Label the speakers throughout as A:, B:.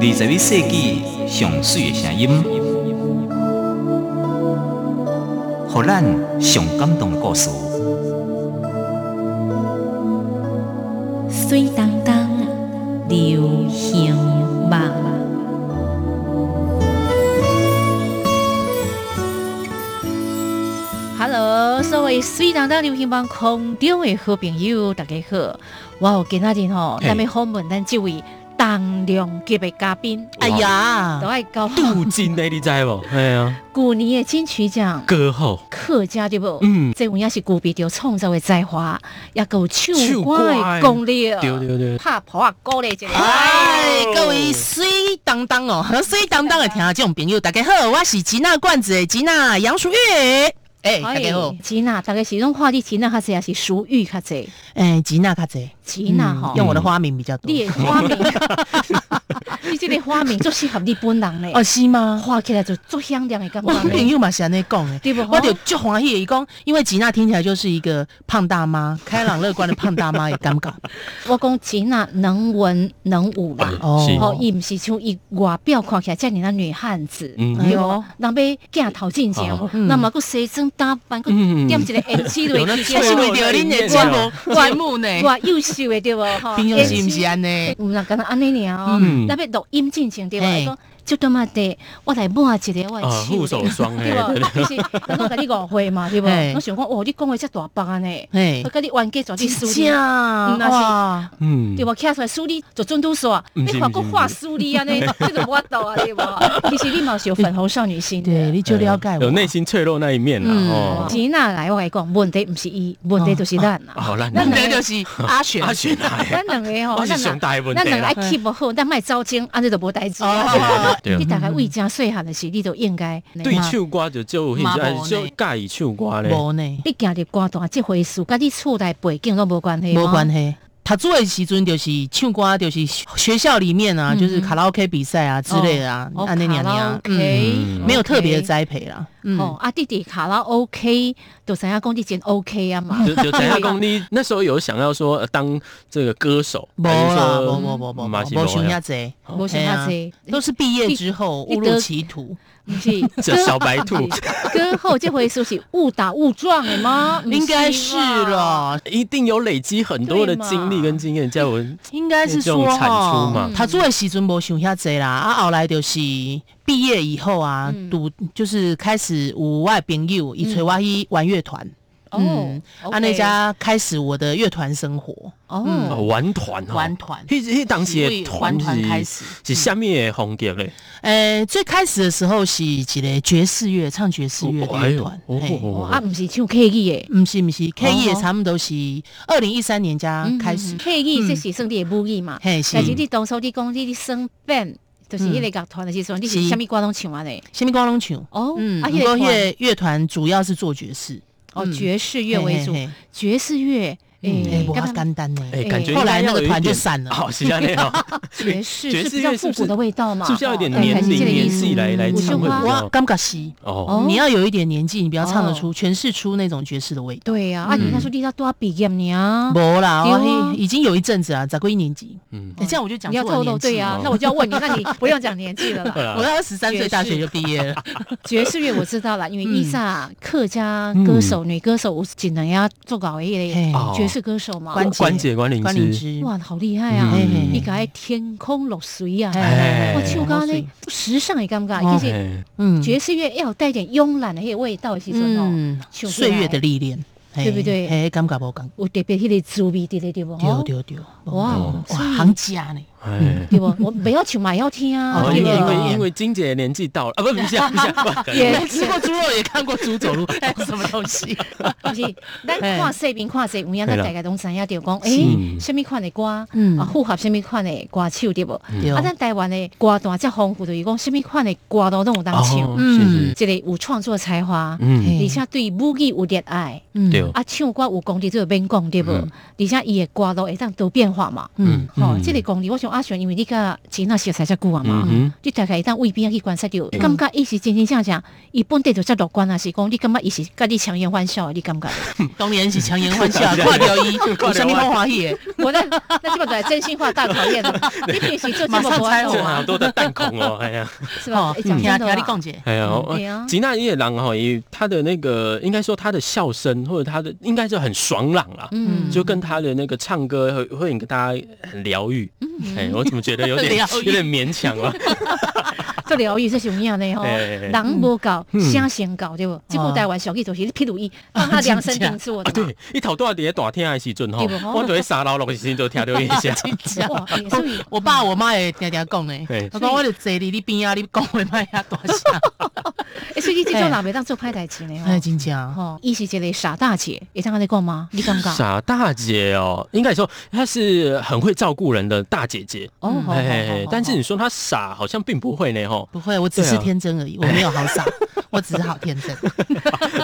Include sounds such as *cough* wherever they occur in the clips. A: 二十一世纪上水的声音，予咱上感动的故事。
B: 水当当流行梦。Hello，所谓水当当流行网空中的好朋友，大家好！哇哦，今仔日吼，
A: 嘿
B: 咱们访问咱这位重量级的嘉宾，
C: 哎
B: 都
C: 呀，
B: 爱搞
C: 镀金的，你知无？哎呀，
B: 古年的金曲奖
C: 歌后，
B: 客家对不？
C: 嗯，
B: 这有影是古别着创造的才华，也有唱
C: 唱
B: 歌
C: 歌
B: 的
C: 的
B: 功力，哦
C: 对对对。
B: 拍破啊鼓励一下。
C: 哎，各位水当当哦，水当当的听众朋友，大家好，我是吉娜罐子的吉娜杨淑月。哎，大家好，
B: 吉娜，大概是用话题吉娜较济，还是俗语较济？
C: 哎，吉娜卡姐，
B: 吉娜吼
C: 嗯，用我的花名比较多。
B: 你的花
C: *laughs*
B: 名，你这个花名足适合日本人嘞
C: 哦，，是吗？
B: 画起来就足香亮的感
C: 我
B: 觉
C: 朋
B: 呢。
C: 友嘛是安尼讲的，
B: 对不
C: 我就就欢喜伊讲，因为吉娜听起来就是一个胖大妈，开朗乐观的胖大妈的感觉。
B: 我讲吉娜能文能武啦。
A: 是
B: 哦，伊毋是像伊外表看起来遮尔那女汉子，
A: 嗯
B: 对
C: 哎
B: 无？人要镜头进前
A: 哦，
B: 那么佫西装打扮，佫
A: 嗯
B: 点一个胭脂落去，
C: 我是为着恁的节目节目呢，
B: 哇优秀的
C: *laughs*
B: 对无？吼
C: 平常时毋是啊安尼。
B: 毋若敢若安尼尔哦，
C: 嗯
B: 咱要录音进前对
C: 嘿
B: 无？就这么的，我来抹一个我的
D: 啊，护手霜
B: 对
D: 哎，
B: 无？其实咱拢甲你误会嘛，对无？
C: 嘿
B: 我想讲，哦，你讲话遮大白安尼，
C: 嘿
B: 我甲你冤家做哦你输
C: 真
B: 你，
C: 啊
B: 嗯那是
C: 哇！
D: 嗯
B: 对，无？徛出来输你就准拄煞，
D: 嗯
B: 啊你
D: 是
B: 看
D: 不
B: 国
D: 是
B: 话输你安 *laughs* 尼，这就无法度啊，对无？其实你嘛是有粉红少女
D: *laughs*
B: 心
C: 对，
B: 的。
C: 你就了解我。
D: 有内心脆弱那一面啦。
C: 嗯
D: 啊哦，
B: 钱哪来？我甲你讲，问题毋是伊，问题就是咱啊。
D: 好啦，
B: 那
C: 问
D: 你
C: 题就是阿璇，
D: 阿雪啊，哎
B: *laughs* 咱两个吼，
D: *laughs* 我是
B: 咱
D: 上
B: 两
D: 大的问
B: 咱
D: 题啊
B: 两个
D: 啦
B: 爱。keep 不好，咱莫走精，安尼就无代志
C: 哦
B: *laughs* 啊。
D: 对
B: 你大概为正细汉的时，你就应该。
D: 对唱歌就就
C: 嘛
D: 哎
C: 无呢
D: 就介意唱歌咧。
C: 无呢，
B: 你行入歌坛即回事，甲你厝内背景都无关系。
C: 无关。系。读书的时阵就是唱歌，就是学校里面啊，
B: 嗯
C: 就是卡拉 OK 比赛啊之类的啊，安尼
B: 哦卡
C: 样
B: 拉
C: 样，嗯，
B: OK，
D: 嗯
C: 没有特别的
B: OK
C: 栽培啦。
B: 哦
C: 嗯，，
B: 啊，弟弟卡拉 OK，就知影讲你真 OK 啊嘛。
D: 就就
B: *laughs*
D: 陈亚公，你那时候有想要说呃当这个歌手，
C: 无
D: 还是
C: 啦，无
D: 说
C: 无无无无，
D: 嘛是
C: 无
D: 没
C: 想
D: 呀
C: 遐济，
B: 无想遐济，
C: 哦
B: *laughs*
C: 啊都是毕业之后
B: 你
C: 误入歧途。
B: 毋是
C: *laughs*
D: 这小白兔，
B: *laughs* 歌后这回事是误打误撞的
C: *laughs*
B: 吗？
C: 应该是
B: 咯。
C: 了，
D: 一定有累积很多的经历跟经验，在我
C: 应该是
D: 这
C: 说
D: 种产出
C: 哈
D: 嘛，
C: 他做的时阵无想遐济啦，啊后来就是毕业以后啊，
B: 嗯
C: 读就是开始有我的朋友伊找我去玩乐团，
B: 哦
C: 嗯，啊那
B: OK
C: 家开始我的乐团生活，
D: 哦
C: 嗯
B: 哦，
D: 玩团哦
C: 玩团
D: 迄迄当时的
C: 玩
D: 团
C: 团开始。
D: 是是下面的风格嘞，
C: 诶，最开始的时候是一个爵士乐，唱爵士乐的乐团，
D: 哦哎呦
C: 嘿
D: 哦
B: 哦啊，毋是唱 K E 的。
C: 唔是唔是，K E
B: 哦
C: 也
B: 吼
C: 差不多是二零一三年加嗯开始，嗯
B: K E 这是算你的母语嘛？
C: 嘿是
B: 但是你当初你讲你你算 band，就是迄个乐团的时阵，你是
C: 嗯是
B: 啥物歌拢唱完嘞？
C: 什么歌拢唱？
B: 哦，
C: 嗯，
B: 啊，
C: 不
B: 迄
C: 过
B: 个
C: 迄
B: 团
C: 个乐团主要是做爵士，
B: 哦
C: 嗯
B: 爵士乐为主
C: 嘿嘿，嘿
B: 爵士乐，
C: 哎，
B: 诶，
C: 我
B: 敢
C: 要
B: 若
C: 干单呢。
D: 哎，感觉
C: 后来那个
D: 应该要有
C: 团
D: 一
C: 就
D: 点
C: 散了
D: 哦，是这样哦，
B: 爵士
D: 爵
B: 是
D: 士
B: 比较
D: 乐
B: 复
D: 是不
B: 古
D: 是
B: 的味道嘛，
D: 是不是要有点
B: 哦大概
D: 年
B: 是这
D: 龄
B: 个意
D: 年
B: 思
D: 纪来来
B: 有
D: 唱
B: 想
D: 会
B: 法
C: 我
D: 哦？
C: 啊感觉是，
D: 哦，
B: 哦
C: 你要有一点年纪，你不要唱得
B: 哦
C: 出、诠释出那种爵士的味道。
B: 对
D: 嗯
B: 啊，啊，你那时候你才多毕业呢，
C: 没啦，
B: 对啊
C: 我已经有一阵子啊，咋过一年级？
D: 嗯，
C: 哎这样我就讲
B: 你要
C: 出我
B: 透
C: 的
B: 露
C: 年纪
B: 对啊
D: 哦，
B: 那我就要问你，那
D: *laughs*
B: 你不用讲年纪了
D: 对 *laughs*
B: 啦。
D: 啦
C: 我二十三
B: 爵士
C: 岁大学就毕
B: *laughs*
C: 业了，
B: 爵士乐我知道了，因为
C: 嗯
B: 伊莎客家歌手、女歌手，我只能要做搞迄
C: 嘿
B: 个
D: 嗯哦
B: 爵士歌手嘛。
C: 关
D: 关节关
C: 关灵
D: 灵芝，
C: 芝，
B: 哇，好厉害啊！
D: 嗯
B: 你改天空落水啊！
C: 哎
B: 哇，
D: 哎
B: 唱歌
C: 水
B: 呢，时尚也感觉，
C: 哦
B: 其实
D: 哎
C: 嗯
B: 爵士乐要有带点慵懒的迄个味道的时阵哦，
C: 嗯，
B: 唱出来
C: 岁月的历练，嘿
B: 对不对
C: 嘿，感觉无感，
B: 有特别迄个哦滋味伫咧对不？
C: 对对对，
B: 哇
C: 哇，
B: 所以
C: 行家呢，
D: 哎。
B: 对不？我不要去买，要听啊！
D: 哦，
C: 哦
D: 因为
C: 对
D: 因
C: 了
D: 为因为金姐的年纪到了啊，不，不是啊不是啊，不可能
C: *laughs*
B: 也
C: 没吃过猪肉，也看过
B: *laughs*
C: 猪走路，哎，什么东西？
B: 不是，咱看视频看视频，有影咱大家拢知影，就讲，诶，
D: 哎是
B: 什么款的歌，
C: 嗯
B: 啊，符合什么款的歌手对不？啊，
C: 对
B: 咱台湾的歌单遮丰富，就是讲什么款的歌都拢有当
D: 哦
B: 唱，，
D: 是是，
B: 这个有创作才华，
D: 嗯，
B: 而且对母语有热爱，
C: 嗯
D: 对，
B: 啊，唱歌有功力就免讲对不？而且伊的歌路会当多变化嘛。
C: 嗯
D: 嗯，
B: 吼、
D: 嗯
B: 即、个功力，我想像阿璇，因为你甲钱那熟识遮久啊嘛，
D: 嗯哼
B: 你大概会当为边仔去观察到，感觉伊是真真正正，伊本地就遮乐观啊，是讲你感觉伊是甲你强颜欢笑的，你感觉
D: *laughs*
B: 咧？
C: 当然是强颜
B: *laughs*
C: 欢笑，挂掉伊，有啥物好欢喜的？
B: 我那那基本来真心话大考验 *laughs* 了，你平时做这么不爱
C: 马上猜
D: 这
C: 我
D: 好
B: 啊，
D: 多的弹孔哦，哎呀，
B: 是吧？哎讲
C: 听听
B: 真的啦
C: 你讲者，
D: 哎呀，
B: 嗯对啊
D: 吉娜夜郎哈，也他的那个应该说他的笑声或者他的应该就很爽朗啦，
B: 嗯，
D: 就跟他的那个唱歌会会跟大家很疗愈。哎，我怎么觉得有点
C: 疗愈
D: 有点勉强啊了？
B: 做疗愈这是有影的吼，
D: *laughs* 哎哎哎
B: 人无够，
D: 嗯哦
B: 声先够对不？这部台湾小剧就是你譬如伊帮他量身定做的嘛。
D: 啊对，一头多少碟大听的时阵吼
B: 对不，吼
D: 我都会傻老龙心就听到一下。
B: 哇，哦也是
D: *laughs* 哦
B: 有
C: 我爸我妈会常常讲诶
D: 嘿，
C: 他讲我就坐伫你边啊，你讲话莫遐大
B: *laughs*
C: 声。
B: 欸所以你
D: 哎
B: 这种人袂当做歹代志呢。
C: 哎，
B: 吼
C: 真正。
B: 吼，伊是一个傻大姐，会当安尼讲吗？你感觉？
D: 傻大姐哦，应该说她是很会照顾人的大姐姐。
B: 哦，好好好好
D: 哎
B: 好，
D: 但是你说她傻，好像并不会呢，吼。
C: 不会，我只是
D: 对啊
C: 天真而已，我没有好傻，我只是好天
B: *laughs*
C: 真。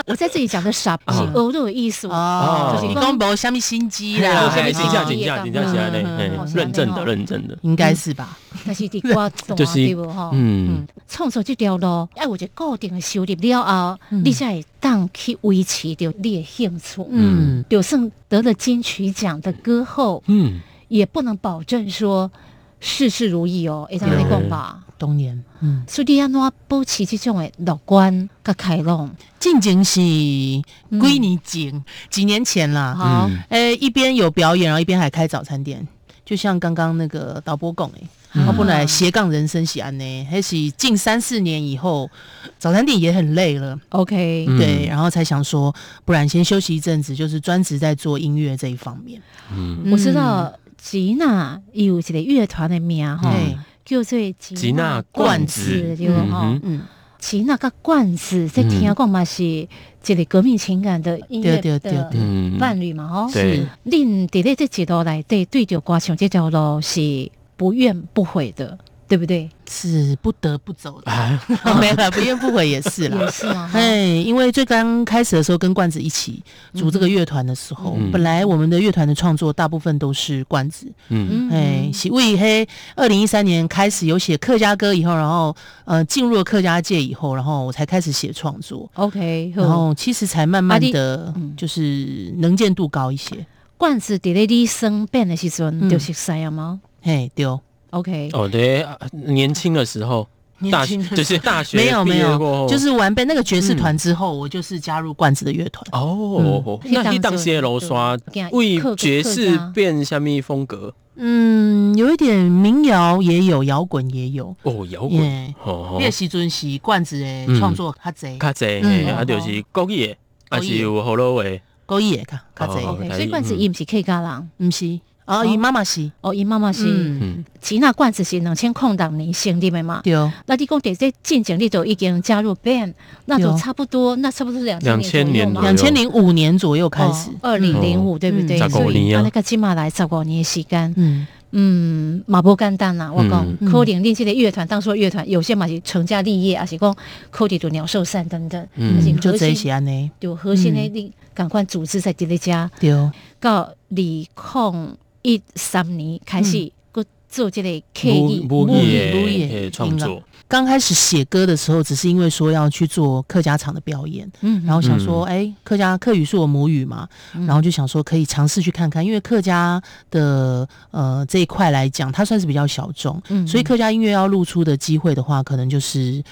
B: 我在这里讲的傻不是
D: 嗯
B: 欧陆的艺术，
C: 哦，
D: 就是
C: 你讲无虾米心机
D: 哎
C: 啦，
D: 哎哎
B: 没
D: 请
B: 心
D: 假，
B: 机
D: 请假，请假，
B: 嗯
D: 请假
C: 嗯嗯
D: 呢
B: 嗯？
D: 认真
B: 哦
D: 的，认真的，
C: 应该是吧？
B: 但是伫我懂
D: *laughs* 就
B: 啊，
D: 是
B: 对不吼？
D: 嗯，
B: 创作这条路，啊要有一个固定的收入了后，
C: 嗯
B: 你才会当去维持着你的兴趣。
C: 嗯
D: 嗯，
B: 就算得了金曲奖的歌后，
D: 嗯，
B: 也不能保证说事事如意哦，会当安尼讲吧。
C: 当然，嗯。
B: 所以你要怎么保持这种的乐观甲开朗？
C: 进前是几年前，几年前
D: 嗯
C: 啦。
B: 好，
C: 诶、哎一边有表演，然后一边还开早餐店，就像刚刚那个导播讲诶，
D: 嗯
C: 我本来斜杠人生是安呢，还是近三四年以后，早餐店也很累了，
B: OK，
D: 嗯
C: 对，然后才想说，不然先休息一阵子，就是专职在做音乐这一方面。嗯嗯
B: 我知道吉娜有一个乐团的名
D: 嗯
B: 吼，
C: 对，
B: 叫做吉
D: 吉
B: 娜
D: 娜
B: 罐
D: 罐
B: 子，
D: 子，
B: 对
D: 嗯
B: 不吼
D: 哼？
C: 嗯，
B: 吉娜甲罐子在听讲嘛是一个革命情感的音乐
C: 对对对
B: 的
D: 嗯，
B: 伴侣嘛吼。
D: 对，
B: 恁伫咧这一路内底对着歌唱这条路是不怨不悔的，对不对？
C: 是不得不走的，哦
D: 哎，
C: 没了，不怨不悔也是啦
B: 也。是
D: 嗯
B: 嘛。吼
C: 哎，因为最刚开始的时候跟罐子一起组这个乐团的时候，
D: 嗯
C: 本来我们的乐团的创作大部分都是罐子，
D: 嗯，
B: 嗯
C: 哎，是为嘿，二零一三年开始有写客家歌以后，然后呃进入了客家界以后，然后我才开始写创作，
B: ，OK，
C: 然
B: 好。
C: 后其实才慢慢的
B: 你嗯
C: 就是能见度高一些，
B: 罐子伫咧你生病的时
C: 嗯
B: 阵就熟悉啊吗
C: 嘿，对哦，
B: ？OK，
D: 哦，对，啊年轻的时候，大 *laughs*
C: 年轻的时候
D: 就是大学
C: 没有
D: 毕
C: 没
D: 业过
C: 有，
D: 后
C: 就是完被那个爵士团之后，我就是加入罐子的乐团。
D: 哦，那一当些楼刷
B: 嗯
D: 为爵士变什么风格？
C: 嗯，有一点民谣也有，摇滚也有。
D: 哦，摇滚，
C: 耶，
D: 哦
C: 迄个，时阵是罐子的创作较侪，
D: 较济，
C: 嗯
D: 嘿啊，就是国语的，还是有好多的，
C: 国语的较较
D: 哦
C: 侪，
B: OK，
D: 可以
B: 所以罐子
D: 嗯
B: 伊毋是客家人，
C: 毋是。哦，伊妈妈是，
B: 哦，伊妈妈是
C: 嗯，
D: 嗯，
B: 吉娜罐子是两千空档年成立的嘛。
C: 对，哦
B: 那你讲在这进前你就已经加入 band，那
C: 对
B: 就
C: 哦
B: 差不多，那差不多是两
D: 2000
B: 年
D: 年
B: 左右
D: 左
B: 嘛哦
D: 右。
C: 两千零五年左右开始，
B: 二零零五对不对？
D: 嗯
B: 所
D: 15
B: 以
D: 年啊
B: 啊，那个金马来十五年的时间，
C: 嗯，
B: 嗯，嘛无简单啦。我讲，
C: 嗯
B: 可能恁这个乐团，当初的乐团有些嘛是成家立业，还是讲靠伫做鸟兽散等等，
D: 嗯
B: 但是
C: 就
B: 核
C: 这
B: 心
C: 些安啊尼，
B: 就核心的
C: 嗯
B: 你赶快组织在伫咧遮。
C: 对，哦
B: 到二零一三年开
D: 嗯
B: 始，佮做这个 K
D: 母
B: E
D: 母语的
C: 母语的
D: 诶创作，
C: 刚开始写歌的时候，只是因为说要去做客家场的表演，
B: 嗯
C: 然后想说，哎、客家客语是我母语嘛，然后就想说可以尝试去看看，因为客家的呃这一块来讲，它算是比较小众，
B: 嗯
C: 所以客家音乐要露出的机会的话，可能就是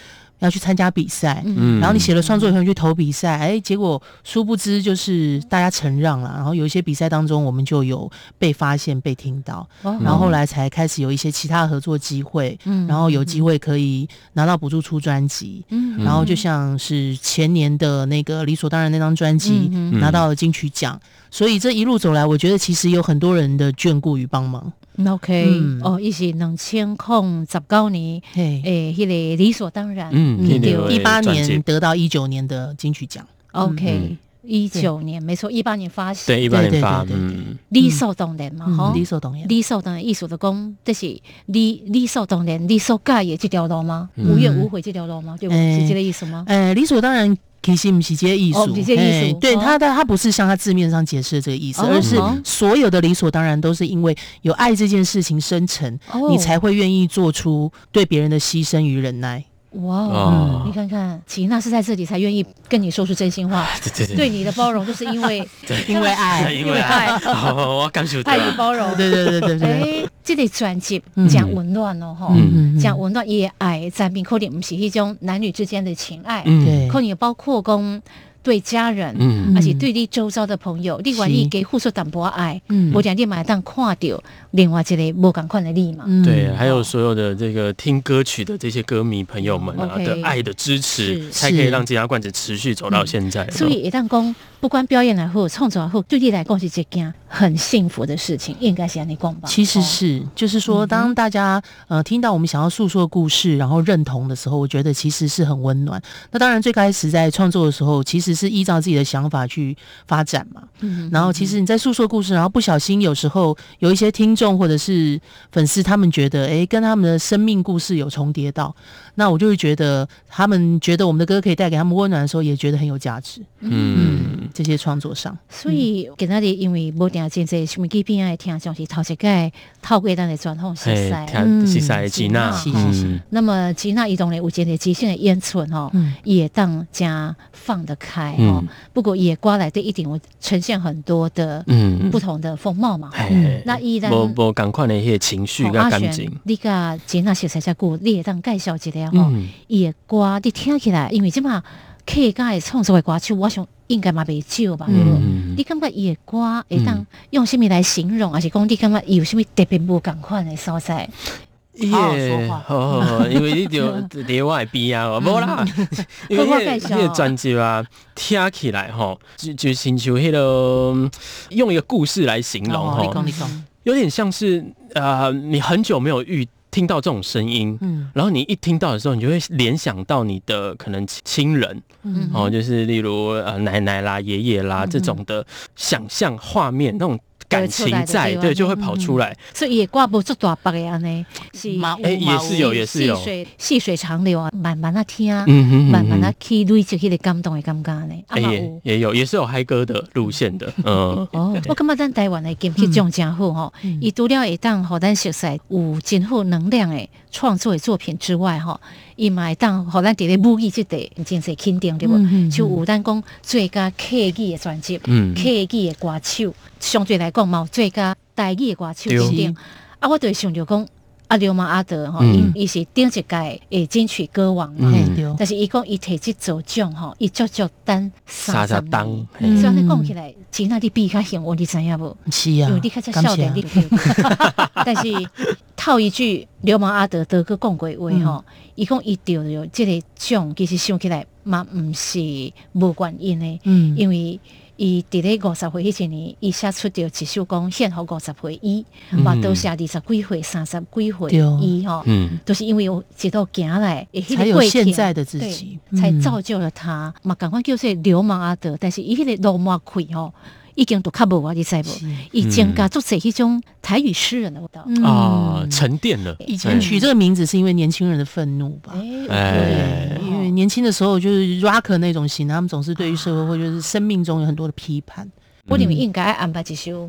C: 要去参加比赛。
B: 嗯
C: 然后你写了创作以后你去投比赛，哎，结果殊不知就是大家承让了，然后有一些比赛当中我们就有被发现、被听到，
B: 哦
C: 然后后来才开始有一些其他合作机会，
B: 嗯
C: 然后有机会可以拿到补助出专辑，
B: 嗯
C: 然后就像是前年的那个理所当然那张专辑、
B: 嗯
C: 拿到了金曲奖，所以这一路走来，我觉得其实有很多人的眷顾与帮忙。
B: 嗯 OK，
C: 嗯
B: 哦，伊是两千空十九年，
C: 嘿，
B: 诶，迄个理所当然
D: 嗯，
C: 嗯
D: 那个
C: 一八
D: 专辑
C: 年得到一九年的金曲奖，
B: ，OK，
D: 嗯
B: 一九年没错，一八年发行，
D: 对一八
C: 对对
D: 年发，
C: 对对对
D: 嗯，
B: 理所当然嘛，吼
C: 嗯，理所当然。
B: 理所当然，意思就讲，这是理理所当
C: 嗯
B: 然，理所介意这条路吗？无怨无悔这条路吗？对不？
C: 哎
B: 是这个意思吗？
C: 呃，理所当然其实不是这个艺术，
B: 哦不是这个意思
C: 嘿对
B: 哦
C: 他的他不是像他字面上解释的这个意思，
B: 哦
C: 而是
B: 哦
C: 所有的理所当然都是因为有爱这件事情生成，
B: 哦
C: 哎你才会愿意做出对别人的牺牲与忍耐。
B: 哇
D: 哦
B: 哦！你看看，齐娜是在这里才愿意跟你说出真心
C: *laughs*
B: 话，
D: 对对 *laughs*
B: 对，你的包容，就是因为
C: 因为爱
D: 因为爱， *laughs* 哦我感受到
B: 爱。与包容。
C: 对对对对对，
B: 诶，哎这个专辑
C: 嗯
B: 讲温暖哦，吼、
C: 嗯嗯嗯
B: 讲温暖也爱，咱面可能不是迄种男女之间的情爱，
D: 嗯
C: 对，
B: 可能包括讲对家人，
D: 嗯
B: 而且对你周遭的朋友，你愿意
C: 是
B: 给付出淡薄爱，
C: 嗯
B: 无定你嘛会当看到另外一个无共款的你嘛。
C: 嗯
D: 对，还有所有的这个听歌曲的这些歌迷朋友们啊
B: OK
D: 的爱的支持，
B: 是
D: 才可以让金牙罐子持续走到现在。
B: 所以会当讲，不管表演也好，创作也好，对你来讲是一件很幸福的事情，应该是安尼讲吧。
C: 其实
B: 哦
C: 是，就是说，当大家呃听到我们想要诉说的故事，然后认同的时候，我觉得其实是很温暖。那当然，最开始在创作的时候，其实是依照自己的想法去发展嘛。
B: 嗯
C: 然后，其实你在诉说故事，然后不小心有时候有一些听众或者是粉丝，他们觉得诶跟他们的生命故事有重叠到，那我就会觉得他们觉得我们的歌可以带给他们温暖的时候，也觉得很有价值。
D: 嗯，
C: 这些创作上，
B: 所以今仔日因为无定啊真济收音机边爱啊听，像是头一个透过咱的传统熟悉。嗯
D: 嘿，看西塞吉娜，
B: 是
C: 是是
D: 嗯
B: 那么吉娜伊当然有一个即兴的演出吼
C: 嗯，
B: 伊会当加放得开吼
D: 嗯。
B: 不过伊的歌内底一定有呈现很多的
D: 嗯
B: 不同的风貌嘛。吼
D: 哎，
B: 那依然
D: 我我赶快的一些情绪
B: 哦
D: 跟
B: 阿
D: 感
B: 璇
D: 情，，
B: 你甲吉娜熟悉遮久，你会当介绍一下吼
D: 嗯，
B: 伊的歌你听起来，因为即嘛客家的创作的歌曲，我想应该嘛袂少吧。对不对
D: 嗯
B: 你感觉伊的歌会当用什么来形容，还是讲你感觉伊有什么特别无共款的所在？
C: 好好说话
D: 好好好，因为你就伫我的边啊，无啦，因为
B: 快
D: 迄
B: 快介
D: 个
B: 绍
D: 那个专辑啊，听起来吼，就就亲像迄个用一个故事来形容
C: 哦你
D: 吼
C: 讲，你讲，
D: 有点像是呃，你很久没有遇听到这种声音。
C: 嗯
D: 然后你一听到的时候，你就会联想到你的可能亲亲人
C: 嗯
D: 哦，就是例如呃奶奶啦、爷爷啦这种的想象画面，那种感
B: 对出来
D: 情
B: 的
D: 在，
B: 对吧
D: 对，就会跑出来。
B: 所以伊的歌无足大白的安尼，是
C: 马乌
D: 哎
C: 马
D: 也
C: 乌
D: 是有也是有
B: 细水细水长流啊，慢慢啊听，
D: 嗯哼
B: 慢慢啊去累积迄个感动的感觉呢。啊
D: 哎
B: 嘛
D: 也
B: 有。
D: 也有，也是有嗨歌的路线的，嗯，
B: 哦，我感觉咱台湾的金曲奖真好吼，伊除了会当互咱熟悉有真好能量的创作的作品之外吼，伊嘛会当互咱伫咧母语即块真侪肯定对
C: 嗯嗯
B: 无？
C: 嗯
B: 就有咱讲最佳客语的专辑，
D: 嗯
B: 客语的歌手，相对来讲嘛有最佳台语的歌手
D: 对
B: 肯定。啊，我就会想着讲。啊，流氓阿德吼，伊
D: 嗯
B: 伊是顶一届诶金曲歌王嘛，
C: 嘿
D: 嗯
C: 对。哦
B: 但是伊讲伊摕即座奖吼，伊足足等
D: 沙
B: 三
D: 沙
B: 十
D: 当
B: 年。，
D: 嘿
B: 所以安尼讲起来，钱那你比较幸运，你知影无？
C: 是啊
B: 因为你较只，
C: 感
B: 少
C: 谢
B: 年，
C: 啊
B: 你比我 *laughs* 但是套一句流氓阿德德哥讲过的话
C: 嗯
B: 吼，伊讲伊得着即个奖，其实想起来嘛，毋是无原因的，
C: 嗯
B: 因为。伊伫咧五十岁迄一年，伊写出着一首讲献互五十岁伊，
D: 嗯
B: 嘛都是二十几岁、三十几岁
C: 对
B: 伊吼，
D: 嗯
B: 都是因为有一路行来，会迄个
C: 才有
B: 过程
C: 现在的自己
B: 对才
C: 嗯
B: 造就了他。嘛、赶快叫做流氓阿德，但是伊迄个路漫开吼，已经都较无啊，你知无？伊增加足侪迄种台语诗人的味道。
C: 嗯
D: 啊，沉淀了，
C: 以前取这个名字是因为年轻人的愤怒吧？
D: 哎
B: 哎，
C: 因为年轻的时候就是 rock 那种型，他们总是对于社会或者是生命中有很多的批判。
B: 我认为应该安排一首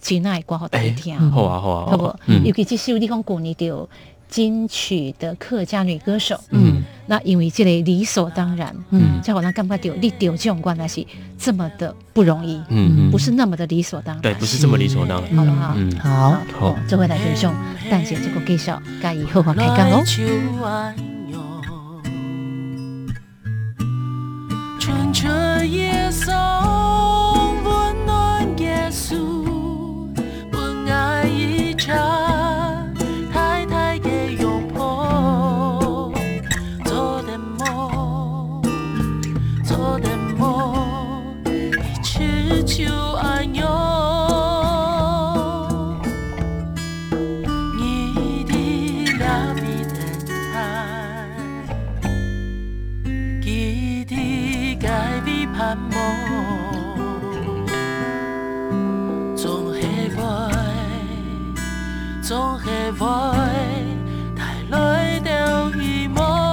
B: 真爱歌互大家听，
D: 哎好啊好啊，
B: 好
D: 好
B: 无
D: 啊？嗯
B: 尤其这首你讲旧年着金曲的客家女歌手，
D: 嗯，
B: 那因为这个理所当然，
C: 嗯
B: 才让咱感觉到你得奖原来是这么的不容易，
D: 嗯嗯，
B: 不是那么的理所当然，
D: 对，不是这么理所当然，
B: 好不好？
D: 嗯，
C: 好，
D: 好，
B: 做回来分享，但是这个介绍，介意好好开讲哦
E: 来。手安哟，春秋夜送温暖耶稣，温爱一场太太的拥抱，做的梦，做的梦，一直就安哟。你的两臂等待，你的改变盼望，总会爱，总会爱，带来着希望。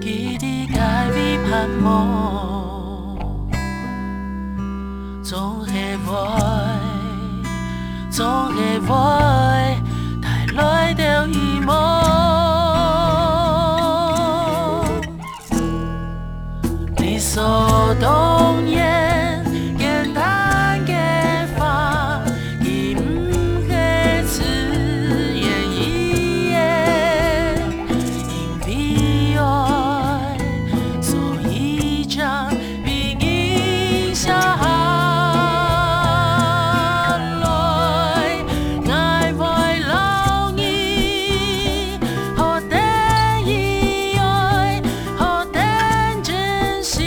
E: 记你解你盼望，总会爱，总会爱，带来着希望。理所当然，简单嘅法，伊唔会自怨伊言，因为爱，所以将命运下来，爱为老伊，何等意外，何等真心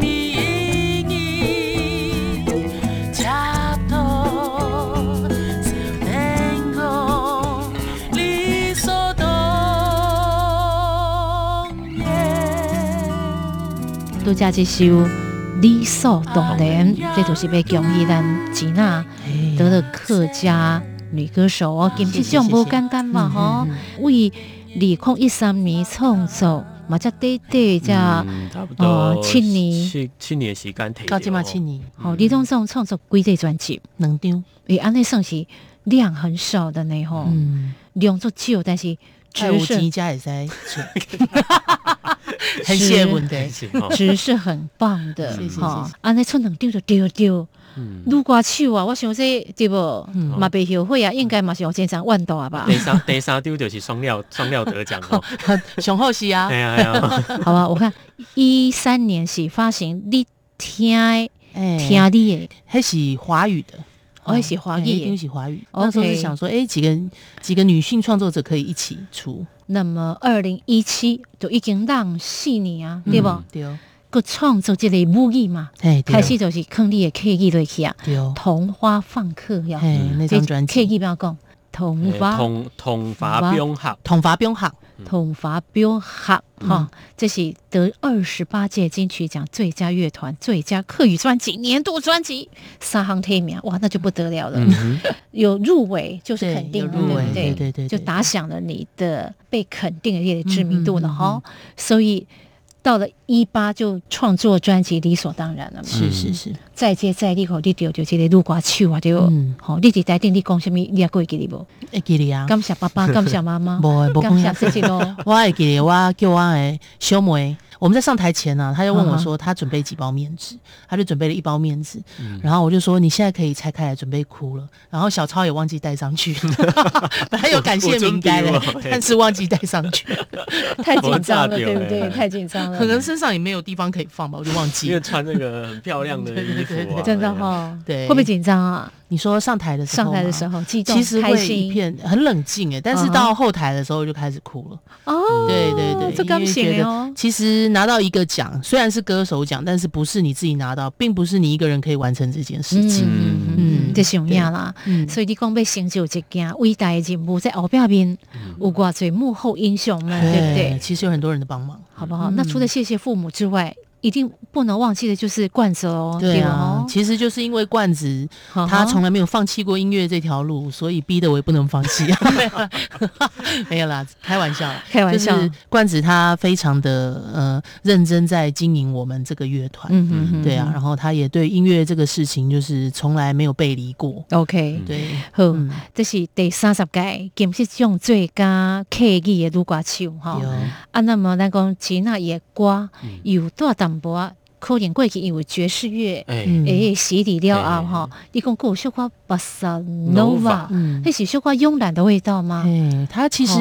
E: 意义，恰到。天空理所当然。
B: 拄则一首理所当然，
D: 哎
B: 这就是要恭喜咱吉娜
C: 哎
B: 得了客家女歌手哦，金曲奖无简单嘛
D: 嗯
B: 吼，为二零一三年创作，嘛才短短才
D: 嗯差不
B: 哦
D: 多
B: 七年
D: 七七年的哦时间提
C: 到即嘛七年
D: 嗯
B: 吼，你总总创作几个专辑，
C: 两张，
B: 诶，安尼算是量很少的呢吼，
C: 嗯，
B: 量足少，但是
C: 还
B: 值
C: 有钱
B: 哎是
C: 家也在，
B: *laughs*
C: 很谢问题。
D: *laughs* 是
C: *laughs*
D: 哦
B: 值是很棒的
C: 是是
B: 吼
C: 是是，
B: 安尼出两张就丢丢。
D: 嗯
B: 撸歌手啊，我想说对无
C: 嗯
B: 嘛袂后悔啊，应该嘛是有正常万道啊吧
D: 第？三 *laughs* 第三丢就是双料双料得奖哦，
C: *laughs* 上好是啊
D: 哎，呀哎
B: *laughs*
D: 呀，
B: 好啊，我看一三年是发行你听的
C: 哎
B: 听你的，
C: 还是华语的，
B: 哦那是华语的
C: 哎那张是华语。
B: OK
C: 那时候是想说，哎，几个几个女性创作者可以一起出，
B: 那么二零一七就已经让四年啊，对不
C: 嗯？对哦，
B: 佮创作这个母语嘛，
C: 哎，对哦
B: 开始就是坑你的客语落去啊，
C: 对哦，
B: 童话放客呀，
C: 哎，那
B: 这
C: 张专
B: 客
C: 辑《
B: 语不要讲，童
D: 哎
B: 话
D: 统统伐兵合，
C: 统伐兵行》
B: 统伐标合
C: 嗯
B: 哈，这是得二十八届金曲奖最佳乐团、最佳客语专辑、年度专辑三行提名，哇，那就不得了了。
D: 嗯哼，
B: *laughs* 有入围就是肯定了，
C: 对有入围
B: 对不
C: 对对对对
B: 就打响了你的被肯定的这个知名度了
C: 嗯嗯嗯
B: 哈。所以到了一八就创作专辑，理所当然了嘛。
C: 是是是，
B: 再接再厉，吼，你丢就这个路瓜手啊，对不
C: 嗯？
B: 吼，你伫台顶你讲什么，你也会记得
C: *laughs*
B: 无？
C: 哎，给你啊，
B: 感谢爸爸，感谢妈妈，
C: 无诶无
B: 感
C: 讲
B: 谢
C: 呀。
B: 自己咯。
C: *laughs* 我会记得我叫我的小妹，我们在上台前呢、啊，她就问我
D: 嗯
C: 说，她准备几包面纸，她就准备了一包面纸，
D: 嗯
C: 然后我就说你现在可以拆开来准备哭了，然后小超也忘记带上去， *laughs* 本来有感谢名单
D: 我
C: 的
D: 我准备了，
C: 但是忘记带上去，
D: *laughs*
B: *laughs* 太紧张了，
D: 我炸掉
B: 对不对？
D: 了
B: 太紧张
D: *laughs*
B: 了，
C: 可能身上也没有地方可以放吧，我就忘
D: 因
C: 记
D: 为
C: 了。
D: 穿那个很漂亮的
C: 对
D: 衣服
C: 对对
D: 啊，
C: 对
B: 真的哦
D: 哎呀
B: 哈、
C: 对
B: 会不会紧张啊？
C: 你说上台的时候
B: 上
C: 吗，
B: 台的时候激动，
C: 其实
B: 开
C: 会一
B: 心
C: 片很冷静哎，但是到后台的时候就开始哭了。
B: 哦，
C: 对对对，
B: 这
C: 因
B: 刚
C: 为
B: 醒了
C: 觉得
B: 哦。
C: 其实拿到一个奖，虽然是歌手奖，但是不是你自己拿到，并不是你一个人可以完成这件事情。
B: 嗯嗯，这是有影啦。
C: 嗯，
B: 所以你讲要成就一件伟大的任务，在后壁面
C: 嗯
B: 有偌侪幕后英雄们，嗯对不对？
C: 其实有很多人的帮忙。
B: 好不好？
C: 嗯
B: 那除了谢谢父母之外，一定不能忘记的就是冠泽哦，
C: 对
B: 吧
C: 啊
B: 哦，
C: 其实就是因为罐子
B: 呵呵
C: 他从来没有放弃过音乐这条路，所以逼得我也不能放
B: *laughs*
C: 弃。没有啦，开玩笑啦，
B: 开玩笑
C: 就是罐子他非常的呃认真在经营我们这个乐团，
B: 嗯嗯嗯，
C: 对啊，然后他也对音乐这个事情就是从来没有背离过。
B: 嗯，OK，
C: 对，
B: 好，
C: 嗯，
B: 这是第三十届金曲奖最佳客语的女歌手哈。
C: 有
B: 啊，那么咱讲吉娜的歌有带淡薄仔，可能过去因为爵士乐
D: 哎，
C: 嗯
B: 诶洗礼了后
D: 嘿
B: 吼，你讲还有小可巴萨
D: Nova，
B: nova，
C: 嗯
B: 那是小可慵懒的味道吗？
C: 哎，他其实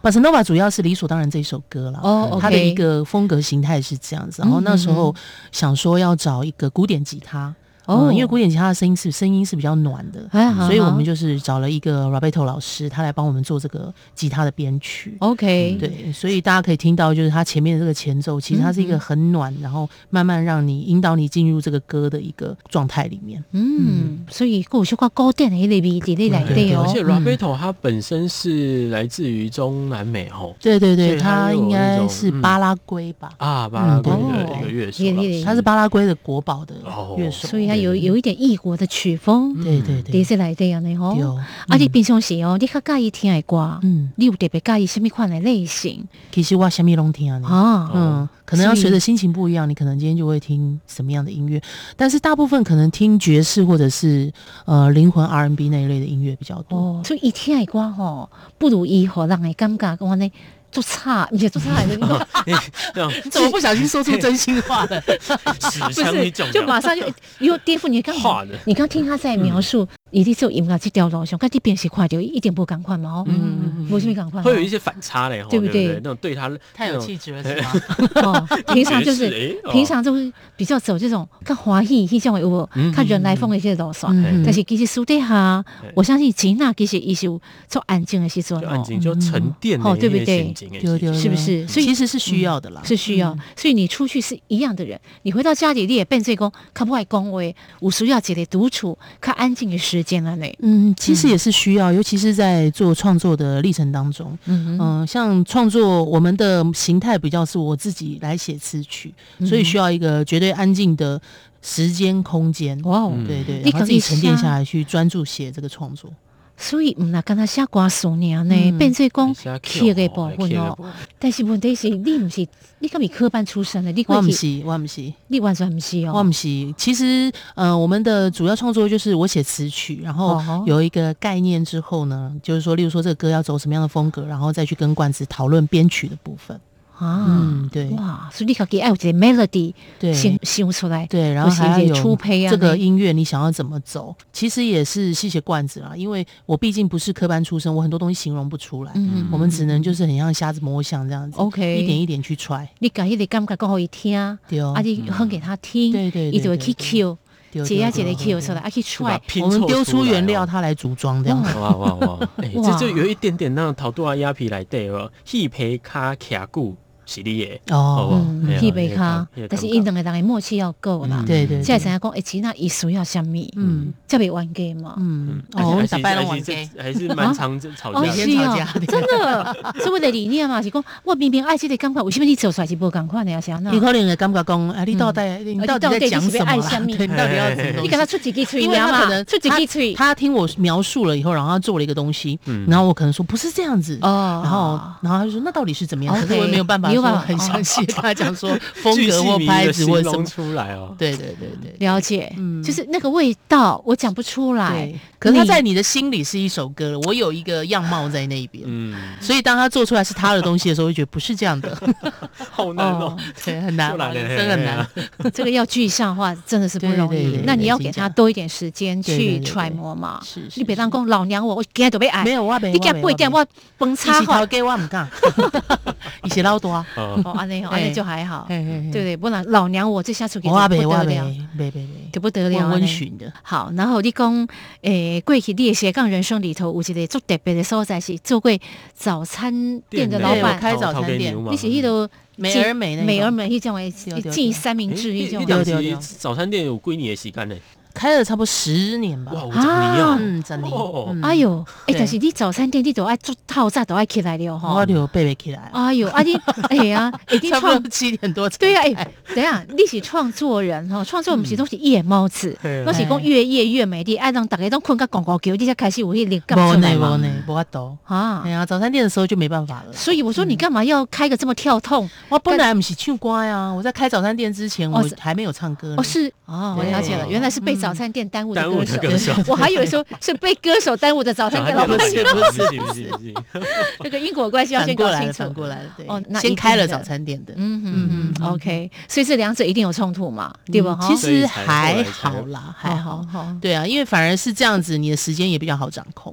C: 巴塞诺瓦主要是理所当然这一首歌啦。
B: 哦，OK，嗯
C: 他的一个风格形态是这样子，然后那时候想说要找一个古典吉他，
B: 哦
C: 嗯因为古典吉他的声音是声音是比较暖的，
B: 哎好
C: 所以我
B: 好
C: 们就是找了一个 Roberto 老师，他来帮我们做这个吉他的编曲。
B: 哦 OK，
C: 对，所以大家可以听到，就是它前面的这个前奏，其实它是
B: 嗯
C: 一个很暖，然后慢慢让你引导你进入这个歌的一个状态里面。
B: 嗯，所以还有小可古典的迄个味伫咧内底
D: 而且
B: 哦。
D: Roberto 他本身是来自于中南美吼
C: 对对
D: 所
C: 对，
D: 以它
C: 它
D: 又有
C: 应
D: 一
C: 该
D: 种
C: 是
D: 嗯
C: 巴拉圭吧？
D: 啊，巴拉圭
C: 嗯
D: 的
C: 对
D: 一个乐手
B: 哦
D: 老
B: 也也
D: 师，
C: 他是巴拉圭的国宝的乐手，嗯
B: 所以他它有有一点异国的曲风，
C: 对对
B: 第
C: 对
B: 一，次来的安尼吼。
C: 有
B: 啊，你平常时哦，你较介意听的歌，
C: 嗯，
B: 你有特别介意什么款的类型
C: 其实我虾米拢听呢。
B: 啊？
C: 嗯，可能要
B: 所以
C: 随着心情不一样，你可能今天就会听什么样的音乐，但是大部分可能听爵士或者是呃灵魂 R&B 那一类的音乐比较多。
B: 哦，所以伊听的歌吼，不如伊互人的感觉讲安尼做差，而且做差的，
D: 这样
C: 你怎么不小心说出真心话了？
B: *laughs*
D: 死 *laughs*
B: 不
D: 枪
B: 是
D: 你讲
B: 就马上就哎又颠覆你刚
D: 话的
B: 你刚听他在描述伊伫做音乐这条路上，跟你平时看到一点无共款嘛吼，嗯，无什么共款。
D: *laughs* 会有一些反差嘞，吼
B: 对
D: 对
B: 不
D: 不
B: 对
D: 对？那种对他
C: 太有
D: 那种
C: 气质了是吗？
B: 哦， *laughs* 平常就是
D: 爵士诶哦
B: 平常就是比较走这种较华裔、迄种有无？较人来疯的这种路线。
C: 嗯
B: 但是其实私底下
D: 对，
B: 我相信吉娜其实伊是有做安静的时阵
D: 就
B: 哦
D: 安，静，就沉淀
B: 哦对
D: 的一
B: 不
D: 些
B: 对
D: 心情，
C: 丢丢，
B: 是不是所以
C: 其实是需要的啦。
B: 是需要。所以你出去是一样的人，你回到家里你也变做讲较不爱讲话，有需要一个独处、较安静的时间了呢。
C: 嗯，其实也是需要，尤其是在做创作的历程当中，
B: 嗯哼，
C: 嗯、像创作我们的形态比较是我自己来写词曲，
B: 嗯
C: 所以需要一个绝对安静的时间空间。
B: 哇哦，
C: 对对，
B: 你
C: 然后自
B: 可以
C: 己沉淀
B: 下
C: 下来去专注写这个创作。
B: 所以唔啦，跟他写歌词尔呢，
C: 嗯
B: 变做讲曲的部分哦。但是问题是，你唔是你敢是科班出身的，你
C: 我
B: 过
C: 不
B: 去
C: 是，我不是，
B: 你完全唔是哦。
C: 我不是。其实，呃，我们的主要创作就是我写词曲，然
B: 哦吼
C: 后有一个概念之后呢，就是说，例如说这个歌要走什么样的风格，然后再去跟冠子讨论编曲的部分。
B: 啊，
C: 嗯，对
B: 哇，所以你家己要有一个 melody
C: 对。
B: 先想出来，
C: 对，然
B: 就
C: 后
B: 是
C: 还要
B: 一些
C: 有
B: 初胚啊
C: 这
B: 那
C: 个音乐你想要怎么走，其实也是谢谢罐子啦，因为我毕竟不是科班出身，我很多东西形容不出来，
B: 嗯
C: 我们只能就是很像瞎子摸象这样子
B: OK
C: 一点一点去揣，
B: 你家迄个感觉讲互伊听，啊，
C: 对哦，
B: 你哼给他听，
C: 对对对
B: 伊就会去
C: 对
B: Q，
C: 对哦
B: 一啊一个 Q
C: 对
B: 出来，啊去
D: 就把
B: try，
D: 拼
C: 我们
D: 凑
C: 丢
D: 出
C: 出
D: 来
C: 原
D: 哦
C: 料，它来组装这样
B: 哦
C: 子。
D: *laughs* 哇哇哇！哎、
B: 哇
D: 这就有一点点那种陶杜阿亚皮来对哦，戏皮卡卡固是你的，
C: 哦，
D: 哎
B: 嗯，
D: 呀
B: 去袂卡
D: 那个感那个感，
B: 但是伊两个人的默契要够啦
D: 嗯，
C: 对对，
B: 才
C: 对
B: 会知影讲，哎，其那伊需要啥物，
C: 嗯
B: 才袂冤家嘛。
C: 嗯，
D: 而且
C: 哦，我们
D: 还
C: 打
D: 是
C: 败了
D: 还
C: 玩
D: 是这
C: gay，
D: 还是蛮常这吵
B: 哦，
C: 每
D: 架
B: 是
D: 的。
C: 天吵
B: 哦
C: 架，
B: 真的，所以我的理念嘛是讲，我明明爱这个感觉，为什么你做出来是无共款的啊？是安那
C: 你？可能会感觉讲，哎，你到底你
B: 啊
C: 到
B: 你到底
C: 底在
B: 你
C: 讲
B: 是
C: 什
B: 要
C: 么
B: 爱
C: 啦？
B: 什么
C: 对你到底要什么
B: 你
C: 东西
B: 给？他出一支嘴
C: 因为
B: 尔
C: 他可
B: 嘛，
C: 能
B: 出一支嘴。
C: 他，他听我描述了以后，然后他做了一个东西，
D: 嗯
C: 然后我可能说不是这样子，
B: 哦
C: 然后然后他就说那到底是怎么样？可是
B: OK，
C: 我也没有办法
B: 没有
C: 说
B: 办法
C: 很详细地跟他讲说 *laughs* 风
D: 巨
C: 格
D: 细
C: 或
D: 靡遗
C: 拍
D: 地
C: 子或
D: 形
C: 者什
D: 容
C: 么，
D: 出来哦，
C: 对对对对对。
B: 了解，
C: 嗯
B: 就是那个味道，我讲不出来
C: 对。，可是他
B: *laughs*
C: 在
B: 你
C: 你的心里是一首歌了，我有一个样貌在那边，
D: 嗯，
C: 所以当他做出来是他的东西的时候，会觉得不是这样
D: *laughs*
C: 的，
D: 好难
B: 哦
D: 哦，，
C: 对，很难
D: 又
C: 啊，
D: 来了
C: 人生很
D: 嘿
C: 难。
B: 这个要具象化真的是不容
C: 对对
B: 易
C: 对。
B: 那你要
C: 对
B: 给
C: 真
B: 他
C: 假
B: 多一点时间
C: 对对
B: 去
C: 对对
B: 揣摩嘛。
C: 是是
B: 你别当讲老娘我，我今天就要爱
C: 没。有，我没，
B: 你今日八点我崩
C: 插
B: 叉
C: 头
B: 吼，
C: 给我唔讲， *laughs* 一起老多。
D: 嗯
B: 哦，
C: *laughs*
B: 安尼哦，安
C: 嘿
B: 尼就还好。
C: 嘿嘿嘿
B: 对对，不然老娘我这下出去就
C: 我
B: 不
C: 袂，我
B: 得
C: 袂
B: 了，，
C: 袂袂
B: 就不得
C: 袂，
B: 了。
C: 温
B: 安
C: 温
B: 尼
C: 驯的。
B: 好，然后你讲，诶，过去你的斜杠人生里头有一个足特别的所在是做过早餐店的
D: 店哦
B: 老
D: 的
B: 板
C: 我，开早餐店
B: 你
D: 嗯
B: 是迄个
C: 美而美那
B: 美而
C: 种
B: 美迄种诶
C: 对，对
B: 进
C: 对
B: 三明治迄
D: 一
B: 种
D: 两
C: 对对对
D: 集早餐店有归你的时间呢，
C: 开了差不多十年吧
D: 哇，。我讲你哦，
C: 嗯，真的。
D: 哦
C: 嗯
B: 哎，哟，哎，
C: 对
B: 但是你早餐店你都爱做套餐都爱起来了吼
C: 我。就背袂起来了，
B: 哎哟，啊你 *laughs* 哎呀，一定
C: 哦差不
B: 创
C: 多七点多才开。
B: 对呀，哎，等一下，你是创作人吼，创作毋是都是夜猫子，
D: 嘿
B: 都是讲越夜越美丽，爱让大家都困个广告球，你才开始有迄灵感
C: 无
B: 出来
C: 呢
B: 嘛
C: 无
D: 嗯
C: 呢，无法度。
B: 啊
C: 哎。呀，早餐店的时候就没办法了。
B: 所以我说你干嘛要开个这么跳痛？
C: 我本来不是唱歌呀，我在开早餐店之前，
B: 哦
C: 我
B: 是
C: 还没有唱歌呢
B: 哦，。是哦，我了解了，
D: 对
B: 原来是被早餐店耽误的
D: 耽误
B: 歌
D: 的
B: 手。
D: 歌手
B: *laughs* 我还以为说是被歌手耽误的早餐
D: *laughs* 早
B: 店老
D: 餐店
B: 板
D: 不，
C: 是
D: 行
C: 不
D: 不
C: 是
D: 行不行不行，
B: 这个因果关系要
C: 反
B: 先
C: 过
B: 搞
C: 来
B: 清
C: 了，
B: 楚
C: 反。过来了，对。
B: 哦那一
C: 先
B: 定
C: 开了
B: 的
C: 早餐店的。
B: 嗯嗯嗯，OK，所以这两者一定有冲突嘛，对吧？哦
C: 嗯其
D: 所以
C: 实
D: 才
C: 还
D: 后来才
C: 好啦，还好。
B: 好，
C: 对啊，因为反而是这样子，你的时间也比较好掌控，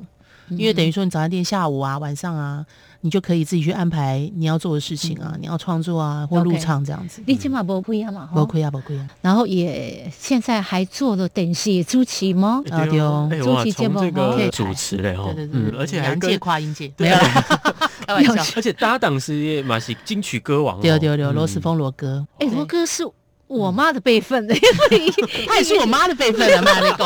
C: 因
B: 嗯
C: 为等于说你早餐店下午啊、晚上啊，你就可以自己去安排你要做的事情啊，你要创作啊或
B: 嗯 OK
C: 录唱这样子。
B: 你起码不亏啊嘛，
C: 不
B: 哈。
C: 亏啊，不亏啊！
B: 然后也现在还做了等视主持吗？
C: 啊对哦
D: 哎
B: 主
D: 哇，
B: 持节
D: 从
B: 目
D: 这
B: 哦
D: 个主持嘞哦，嗯，而且还
C: 两
D: 跟
C: 界跨音界，
D: 对啊
C: 没有啦， *laughs* 开玩笑。
D: *laughs* 而且搭档是也嘛是金曲歌王哦，
C: 丢丢丢，
D: 嗯
C: 罗斯峰罗哥，
B: 哎，罗哥是我妈的辈分，
C: 嗯
B: *laughs* 因为
C: 他也是我妈的辈
B: 啊
C: 分了，妈的 *laughs* 狗，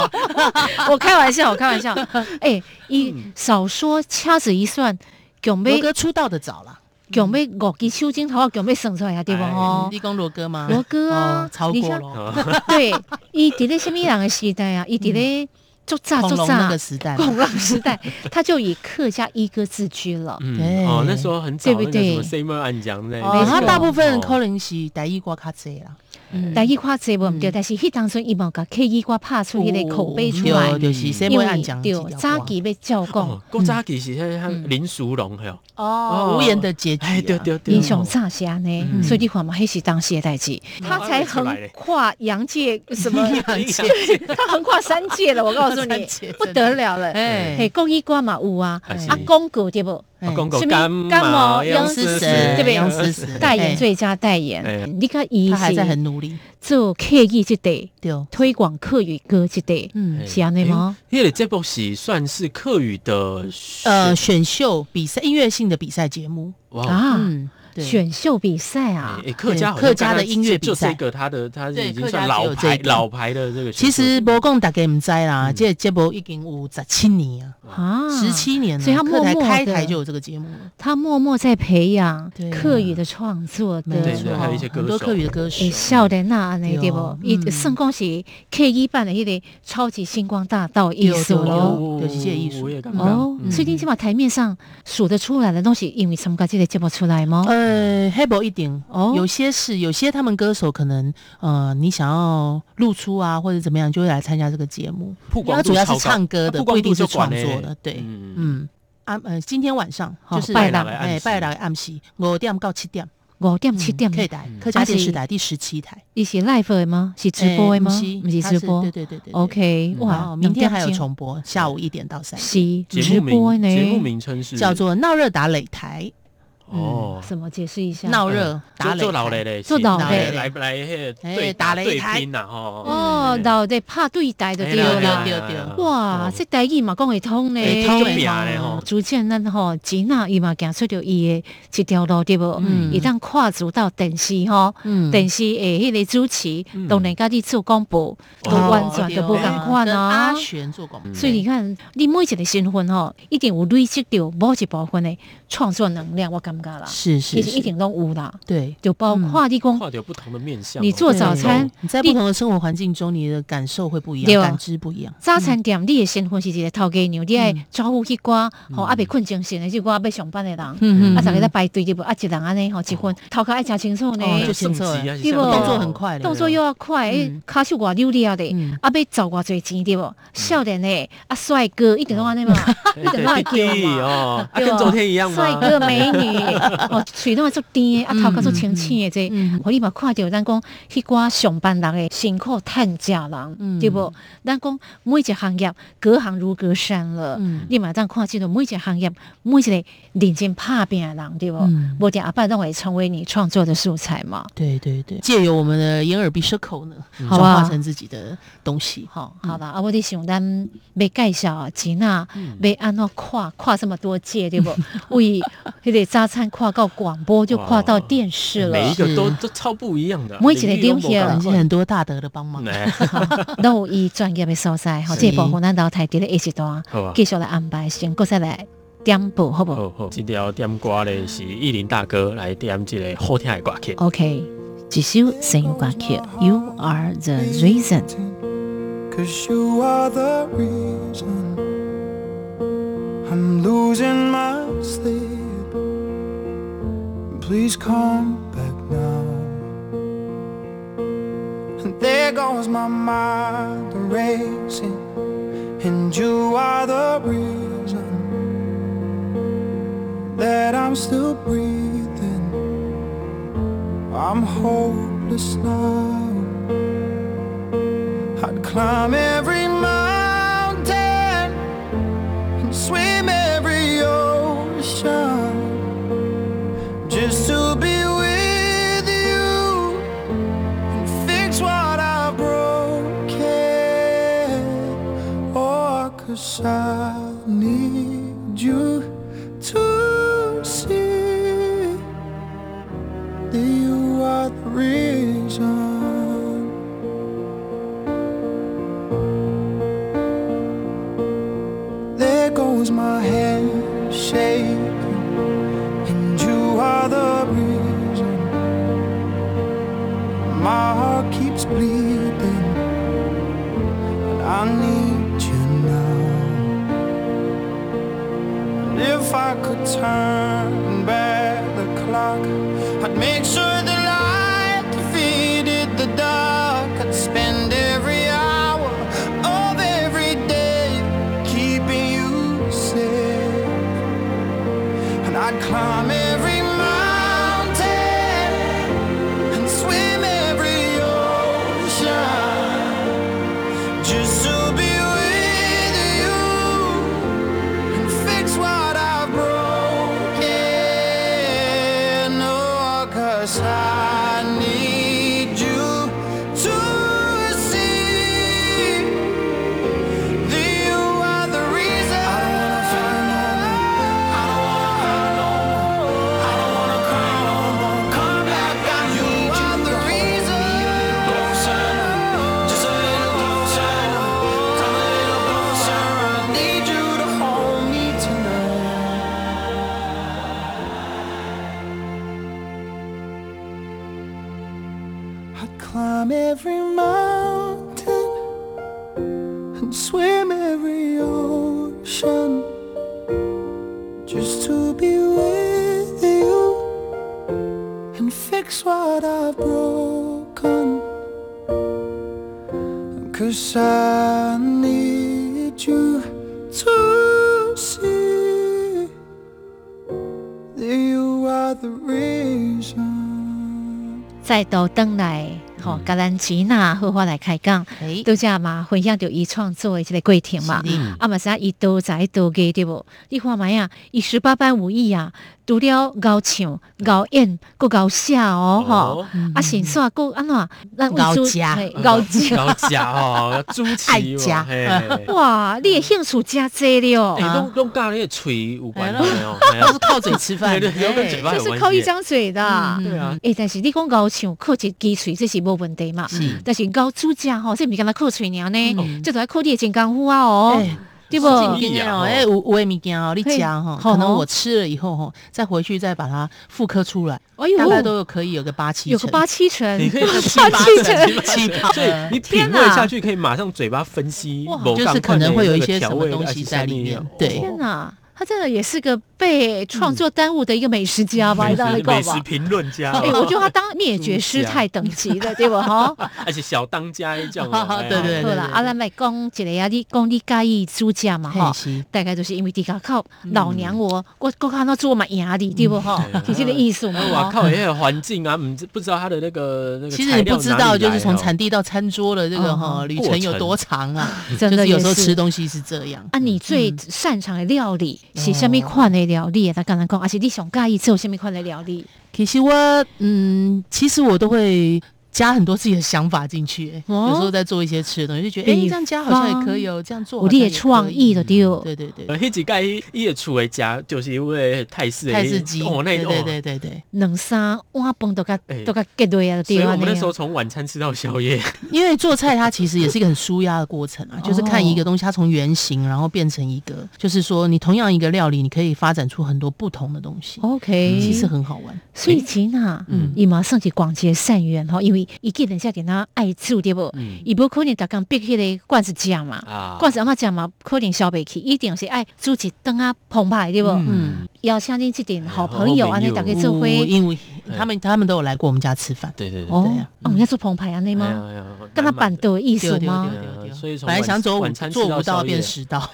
B: 我开玩笑，我开玩笑。哎，一少说掐指一算，准
C: 嗯罗嗯
B: 备
C: 哥出道的早了，
B: 强要五支手指头，强要算出来啊，对
C: 哎
B: 无吼？
C: 立功罗哥吗？
B: 罗哥啊
C: 哦超
B: 你
C: 过
B: 像
C: 了，
B: *laughs* 对，伊伫咧什么人的时代啊？伊伫咧做炸
C: 嗯恐
B: 做
C: 龙那
B: 炸
C: 个时代嘛，
B: 啊恐龙时代，他就以客家一哥自居了。
C: 对
D: 嗯，哦，那时候很
B: 对
D: 早那
B: 不
D: 个
B: 对
D: 什么 Summer 暗江那，
C: 哦，他
B: 错
C: 大部分
D: 哦
C: 可能是台语歌较济啦，嗯哦
B: 但伊看这无毋对，但是迄当阵伊嘛甲 K 一我拍出迄个口碑出来
C: 对，，就是先
B: 因
C: 会按
B: 为
C: 讲
B: 对早期要照顾
D: 哦，，古早其实迄个林淑荣还有，
C: 哦，无言的结局啊，
D: 哎，对对对，
B: 英雄乍是安尼，
D: 嗯
B: 所以你看嘛，迄是当时的代志，
C: 嗯
B: 他才横跨洋界什
C: *laughs*
B: 么
D: 哎呀
B: 他横跨三界了，我告诉
C: 三
B: 你
C: 界，
B: 不得了了。嘿，
C: 哎，
B: 国语歌嘛有啊
D: 哎，是
B: 啊，广告对不？
C: 哎
D: 公公
B: 什么
D: 干
B: 干毛
D: 杨
B: 杨
D: 思
B: 思
D: 思，
B: 思对不对
C: 杨思思
B: 代言最佳代
D: 哎
B: 言，你看伊
C: 他还在
B: 是
C: 很努力，
B: 做客语这块
C: 对，
B: 推广客语歌这块，
C: 嗯，
B: 是安尼吗？
D: 因为这部戏算是客语的选
C: 呃，选秀比赛音乐性的比赛节目
D: 哇。
B: 啊，
C: 嗯，对，
B: 选秀比赛啊
D: 哎，哎客家
C: 对
D: 好像
C: 客家的
D: 刚刚
C: 音乐比
D: 就
C: 赛
D: 这个，他的他
C: 对
D: 已经
C: 客家
D: 算
C: 只有
D: 老牌
C: 这个
D: 老牌的这个选手。
C: 其实无讲大家唔知啦，
D: 嗯
C: 这个节目已经有十七年啊，
B: 啊，
C: 十七年了，
B: 所以他默
C: 客台
B: 默地
C: 开台就有这个节目了，
B: 他默默在培养
C: 对啊
B: 客语的创作的
C: 没
D: 对
C: 错，
D: 对还有一些歌
C: 很
D: 手啊
C: 多客语的歌手
B: 诶，，少年呐，安尼
C: 对
B: 对不
C: 哦？
B: 伊
C: 嗯
B: 算讲是 K 一办的迄个超级星光大道艺术
C: 对对
B: 咯。
C: 有一些艺术
D: 我也刚刚
B: 哦，
D: 嗯
B: 所以你起码台面上数得出来的东西，因为参加这个节目出来吗？
C: 呃，黑不一定
B: 哦
C: 有些是有些他们歌手可能呃，你想要露出啊或者怎么样，就会来参加这个节目。
D: 曝光
C: 它
D: 度
C: 主要是
D: 超高
C: 唱歌
D: 它
C: 的，
D: 曝光
C: 不一定
D: 度
C: 是
D: 就管
C: 创作的
D: 嘞，
C: 对，
D: 嗯
C: 嗯。啊呃，今天晚上
B: 好
C: 就是
B: 拜六
D: 的暗
C: 哎，
D: 时
C: 拜六的暗时五点到七点，
B: 五点哦七
C: 嗯
B: 点，
C: 可以台
D: 嗯
C: 客家电视
B: 啊
C: 台第十七台
B: 伊是 live 的吗？是直播的吗？
C: 哎
B: 不是
C: 它
B: 直播
C: 对对对对。对
B: OK，
D: 嗯
C: 然
B: 哇
C: 后，明天
B: 两点
C: 还有
B: 钟
C: 重播，下午一点到三点，
B: 是
D: 节
B: 直
D: 目
B: 播的
D: 名
B: 呢？
D: 节目名称是
C: 叫做闹热打擂台，
D: 哦，
B: 什么？解释一下。
C: 闹热打
D: 做
C: 擂
D: 做老
C: 台
D: 雷嘞，
B: 做老
C: 嘞
D: 来来嘿，
C: 哎
D: 对
C: 打擂
D: 对
C: 台
D: 拼呐吼，
B: 哦，
D: 嗯
B: 老在拍对待
D: 哎
B: 就对
C: 啦
B: 啦。
C: 对对对
B: 哇，这台语嘛讲会通呢，
C: 啊哦
B: 哦
C: 会通
D: 就拼嘞吼，
B: 逐渐咱吼，钱啊伊嘛行出着伊的一条路对无？
C: 嗯
B: 一旦跨足到电视吼，
C: 嗯
B: 电视诶迄个主持，当然甲你做广播，都
D: 哦
B: 完全都无共款
C: 跟阿
B: 啊。
C: 璇做广播，
B: 所以你看，
C: 嗯
B: 你每一个身份吼，一定有累积着某一部分的创作能量，我感觉啦，
C: 是
B: 其
C: 是嗯
B: 实一
C: 是，
B: 定拢有啦，
C: 对。
B: 就包括你讲
D: 跨掉不同的面向哦，
B: 你做早
C: 对
B: 餐，
C: 你在不同的生活环境中，你的感受会不一
B: 对
C: 样，
B: 啊
C: 感知不一样。
B: 早餐店，你的身份是一个头家娘，你爱
C: 嗯
B: 招呼迄寡吼，啊未困精神的，即寡要上班的人，啊，
C: 嗯
B: 逐个在排队对无？啊，一人安尼吼，一份头壳爱食清楚呢，
C: 哦
D: 就
C: 就
D: 升
C: 清
D: 级
C: 楚
D: 啊，
C: 了
D: 是
B: 对
D: 什么
B: 不
C: 动作很快的，
B: 动作又要快，诶
C: 嗯，
B: 骹手偌溜利啊的
C: 嗯，
B: 啊，要走偌侪钱对无？少年的啊，帅哥一定拢安
C: *laughs*
B: 尼嘛，
D: 对
B: 一定拢会叫
D: 对
B: 嘛。
D: 哦，啊
B: 对
D: 跟昨天一样
B: 帅
D: 吗？
B: 哥美
C: *laughs*
B: 女，哦，嘴拢足甜的，啊，头壳足清醒的这
C: 嗯嗯，
B: 我你嘛看着咱讲，迄寡上班人的辛苦趁食
C: 嗯
B: 人，对无？咱讲每一个行业隔行如隔山了
C: 嗯，
B: 你嘛当看见到每一个行业，每一个认真拍拼的人，对无
C: 嗯？
B: 无定阿爸都会成为你创作的素材嘛。
C: 对对对，借由我们的眼耳鼻舌口呢，
B: 好
C: 转
B: 吧
C: 化成自己的东西。
B: 吼、好啦，啊，我伫想咱要介绍钱啊，
C: 嗯
B: 要安怎跨跨这么多界，对不？为迄个早餐跨到广播，就跨到电视
D: 每
B: 了，
D: 一个都
C: 是
D: 都超不一样的，
B: 每一个
D: 领
B: 领域
D: 域都不
C: 感
D: 同
C: 谢很多大德的帮忙。
D: 哎
B: 都有伊专业的所在。吼，
C: 是
B: 这部分咱留台伫咧下一段
D: 好啊，
B: 继续来安排，先搁再来点播，好不哦好
D: 好好，这条点歌嘞是意林大哥来点这个好听的歌曲。
B: ？OK，一首声音歌曲《You Are the Reason》。
F: Cause you are the reason I'm losing my sleep. Please come back now. And there goes my mind racing. And you are the reason that I'm still breathing. I'm hopeless now. I'd climb every mountain and swim every ocean just to be with you and fix what I've broken. Oh, cause I need you to see that you are the reason. There goes my head shaking, and you are heart keeps bleeding. And I need you now. And if I could turn back the clock, I'd make sure the light defeated the dark. I'd spend every hour of every day keeping you safe. And I'd climb every mountain and swim every ocean just to be with you and fix what I've broken. Oh, 'cause I need you to see Climb every mountain and swim every ocean just to be with you and fix what I've broken. Cause I need you to see that you are the reason.
B: 再度登来，吼、甲咱吉娜好好来开讲，
C: 诶
B: 拄则嘛分享着伊创作的即个过程嘛
C: 嗯是的，
B: 啊嘛是啊，伊多才多艺对无？你看卖啊，伊十八般武艺啊，除了高唱、高演、佫高写哦吼、
D: 哦
B: 啊甚至啊佫安怎？咱有
C: 咬
B: 主
C: 食
B: 嘿咬
D: *laughs*
B: 食
D: 高家哦，猪蹄
C: 爱夹 *laughs*
D: 嘛，嘿哎嘿
B: 哇，你的兴趣真多了，
D: 哎，弄弄咖喱的嘴有关系哦，嘿
C: 啊哎 *laughs* 都是靠嘴吃饭，哎
D: 对对对跟嘴巴
B: 这
D: 有
B: 是
D: 关
B: 靠一
D: 系。
B: 张嘴的。
C: 嗯
D: 对啊，
B: 诶、但是你讲咬唱靠一支喙，这是无问题嘛？
C: 是
B: 但是咬煮食吼，这毋是干那靠喙尔呢
C: 嗯，
B: 这都要靠你的真功夫啊哦，
C: 哎
B: 对
C: 不
B: 不
D: 是？
C: 一定哦，哎，有有的物件哦，你讲哈，
B: 嘿
C: 可能
B: 好
C: 我吃了以后哈，再回去再把它复刻出来，
B: 哎呦
C: 大概都有可以有个八七
B: 有个
C: 成
B: 八七成， *laughs*
D: 你可以
B: 八
D: 七八
B: 七
D: 成 *laughs* 哦
B: 成，
C: 七八
D: 所以你品味下去，可以马上嘴巴分析
B: 哇，
D: 某
C: 就是
D: 港
C: 可
D: 款的
C: 能会有
D: 那
C: 一
D: 个
C: 些
D: 调
C: 什么
D: 味
C: 东
D: 啊
C: 西
D: 是
C: 在里
D: 那
C: 面
D: 样
C: 对
D: 哦
B: 天哪！他真的也是个被创作耽误的一个美食家吧？
D: 嗯美
B: 你知道那
D: 食
B: 个
D: 美食
B: 吧？
D: 评论家
B: 哎，
D: 哦，
B: 我觉得他当灭绝师太等级
D: *laughs*
B: 的，对不？哈，
D: 而且小当家这样哦，
C: 哎 *laughs* 对对
D: 哎
C: 对
B: 好啦，啊，咱来讲一个啊，你讲你介意煮食嘛？
C: 嘿
B: 吼，
C: 是
B: 大概就是因为地家口
D: 嗯
B: 老娘我，我我看到做嘛赢啊你，对不？吼，是这个意思嘛？
D: 哎
B: 吼
D: 哇靠！也有环境啊，不知不知道它的那个那个
C: 哦其实
D: 材
C: 你
D: 料
C: 不知道，
D: 哪里来
C: 就是从
D: 哦
C: 产地到餐桌的这个
B: 嗯
C: 哈旅程有多长
B: *laughs*
C: 啊？
B: 真
C: 就
B: 的
C: 是有时候
B: 也是
C: 吃东西是这样。
B: 啊，你最擅长的料理是什么款的料理？他刚才讲，而啊且你上介意做什么款的料理？
C: 其实我嗯，其实我都会加很多自己的想法进去、欸
B: 哦
C: 有时候在做一些吃的东西，就觉得哎、
B: 比
C: 这样加好像也可以哦、这样做
B: 有
C: 好像
B: 你的
C: 也可以
B: 创意的对。
C: 对对对，
D: 呃，迄一盖伊伊的厝的家，就是因为泰式的
C: 泰式鸡，
D: 哦，那
C: 对对
D: 哦
C: 对对对，
B: 两三碗饭都甲
D: 哎
B: 都甲结对啊，
D: 所
B: 对
D: 以
B: 啊
D: 我们
B: 那
D: 那时候
B: 样。
D: 从晚餐吃到宵夜，
C: 因为做菜它其实也是一个很舒压的过程
B: 哦
C: 啊，就是看一个东西它从原型，然后变成一个，就是说你同样一个料理，你可以发展出很多不同的东西，
B: 哦 OK，
C: 其实
D: 嗯
C: 很好玩。
B: 所以吉娜，伊嘛算是广结善缘吼，因为伊既然下给他爱煮对无，伊无可能逐工逼迄个罐子食嘛
D: 嗯 *laughs* 啊，
B: 罐子阿妈食嘛，可能消袂起，一定是爱煮一顿啊澎湃对无。
C: 嗯，
B: 邀请恁即点好朋友
D: 好
B: 安
D: 朋
B: 尼
D: 友
B: 逐个做伙，
C: 我哦因为他们他们都有来过我们家吃饭，
D: 对对对
B: 哦
C: 对啊，
B: 啊我们要做澎湃安
D: 哎
B: 尼吗？
D: 吗
B: 跟他板
D: 凳，
B: 凳艺
C: 对
B: 术
C: 哎对
B: 吗？
C: 对对对，
D: 所以从
C: 本来想走五
D: 晚餐吃
C: 做
D: 到
C: 五道
D: 宵夜
C: 变十
D: *laughs*
C: 道，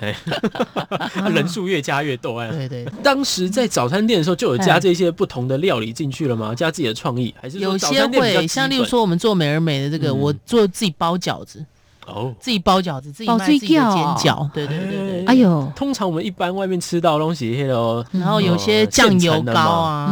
D: 啊 *laughs* 人数越加越多哎。
C: 对对。
D: 当时在早餐店的时候就有加这些不同的料理进去了吗？加自己的创意，还是说
C: 有
D: 早
C: 些
D: 餐店比较
C: 会
D: 基
C: 像，例
D: 本
C: 如说我们做美而美的这个，
D: 嗯
C: 我做自己包饺子，
D: 哦，
C: 自己包饺子，自己
B: 包
C: 卖自己的煎
B: 水饺
C: 饺，对对对对。
B: 哎呦，
D: 通常我们一般外面吃到的东西，那个
C: 然后有些
D: 呃
C: 酱油
D: 现成
C: 膏
D: 的嘛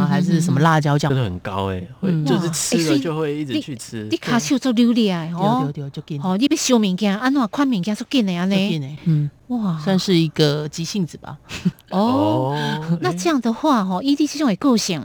C: 啊，还是什么辣椒酱
D: 真，的很高哎，会
C: 嗯
D: 就是
B: 哇
D: 吃
B: 哎所
D: 了
B: 以
D: 就会一直
B: 你
D: 去吃
B: 你。骹手做流利诶
C: 丢
B: 吼哦
C: 丢，丢就给你，
B: 吼，你要烧物件，安怎款物件做紧诶安
C: 就
B: 尼，
C: 给你，嗯，
B: 哇，
C: 算是一个急性子吧。
B: 哦。
D: 哦
B: 那这样的话吼，伊你这种诶个性，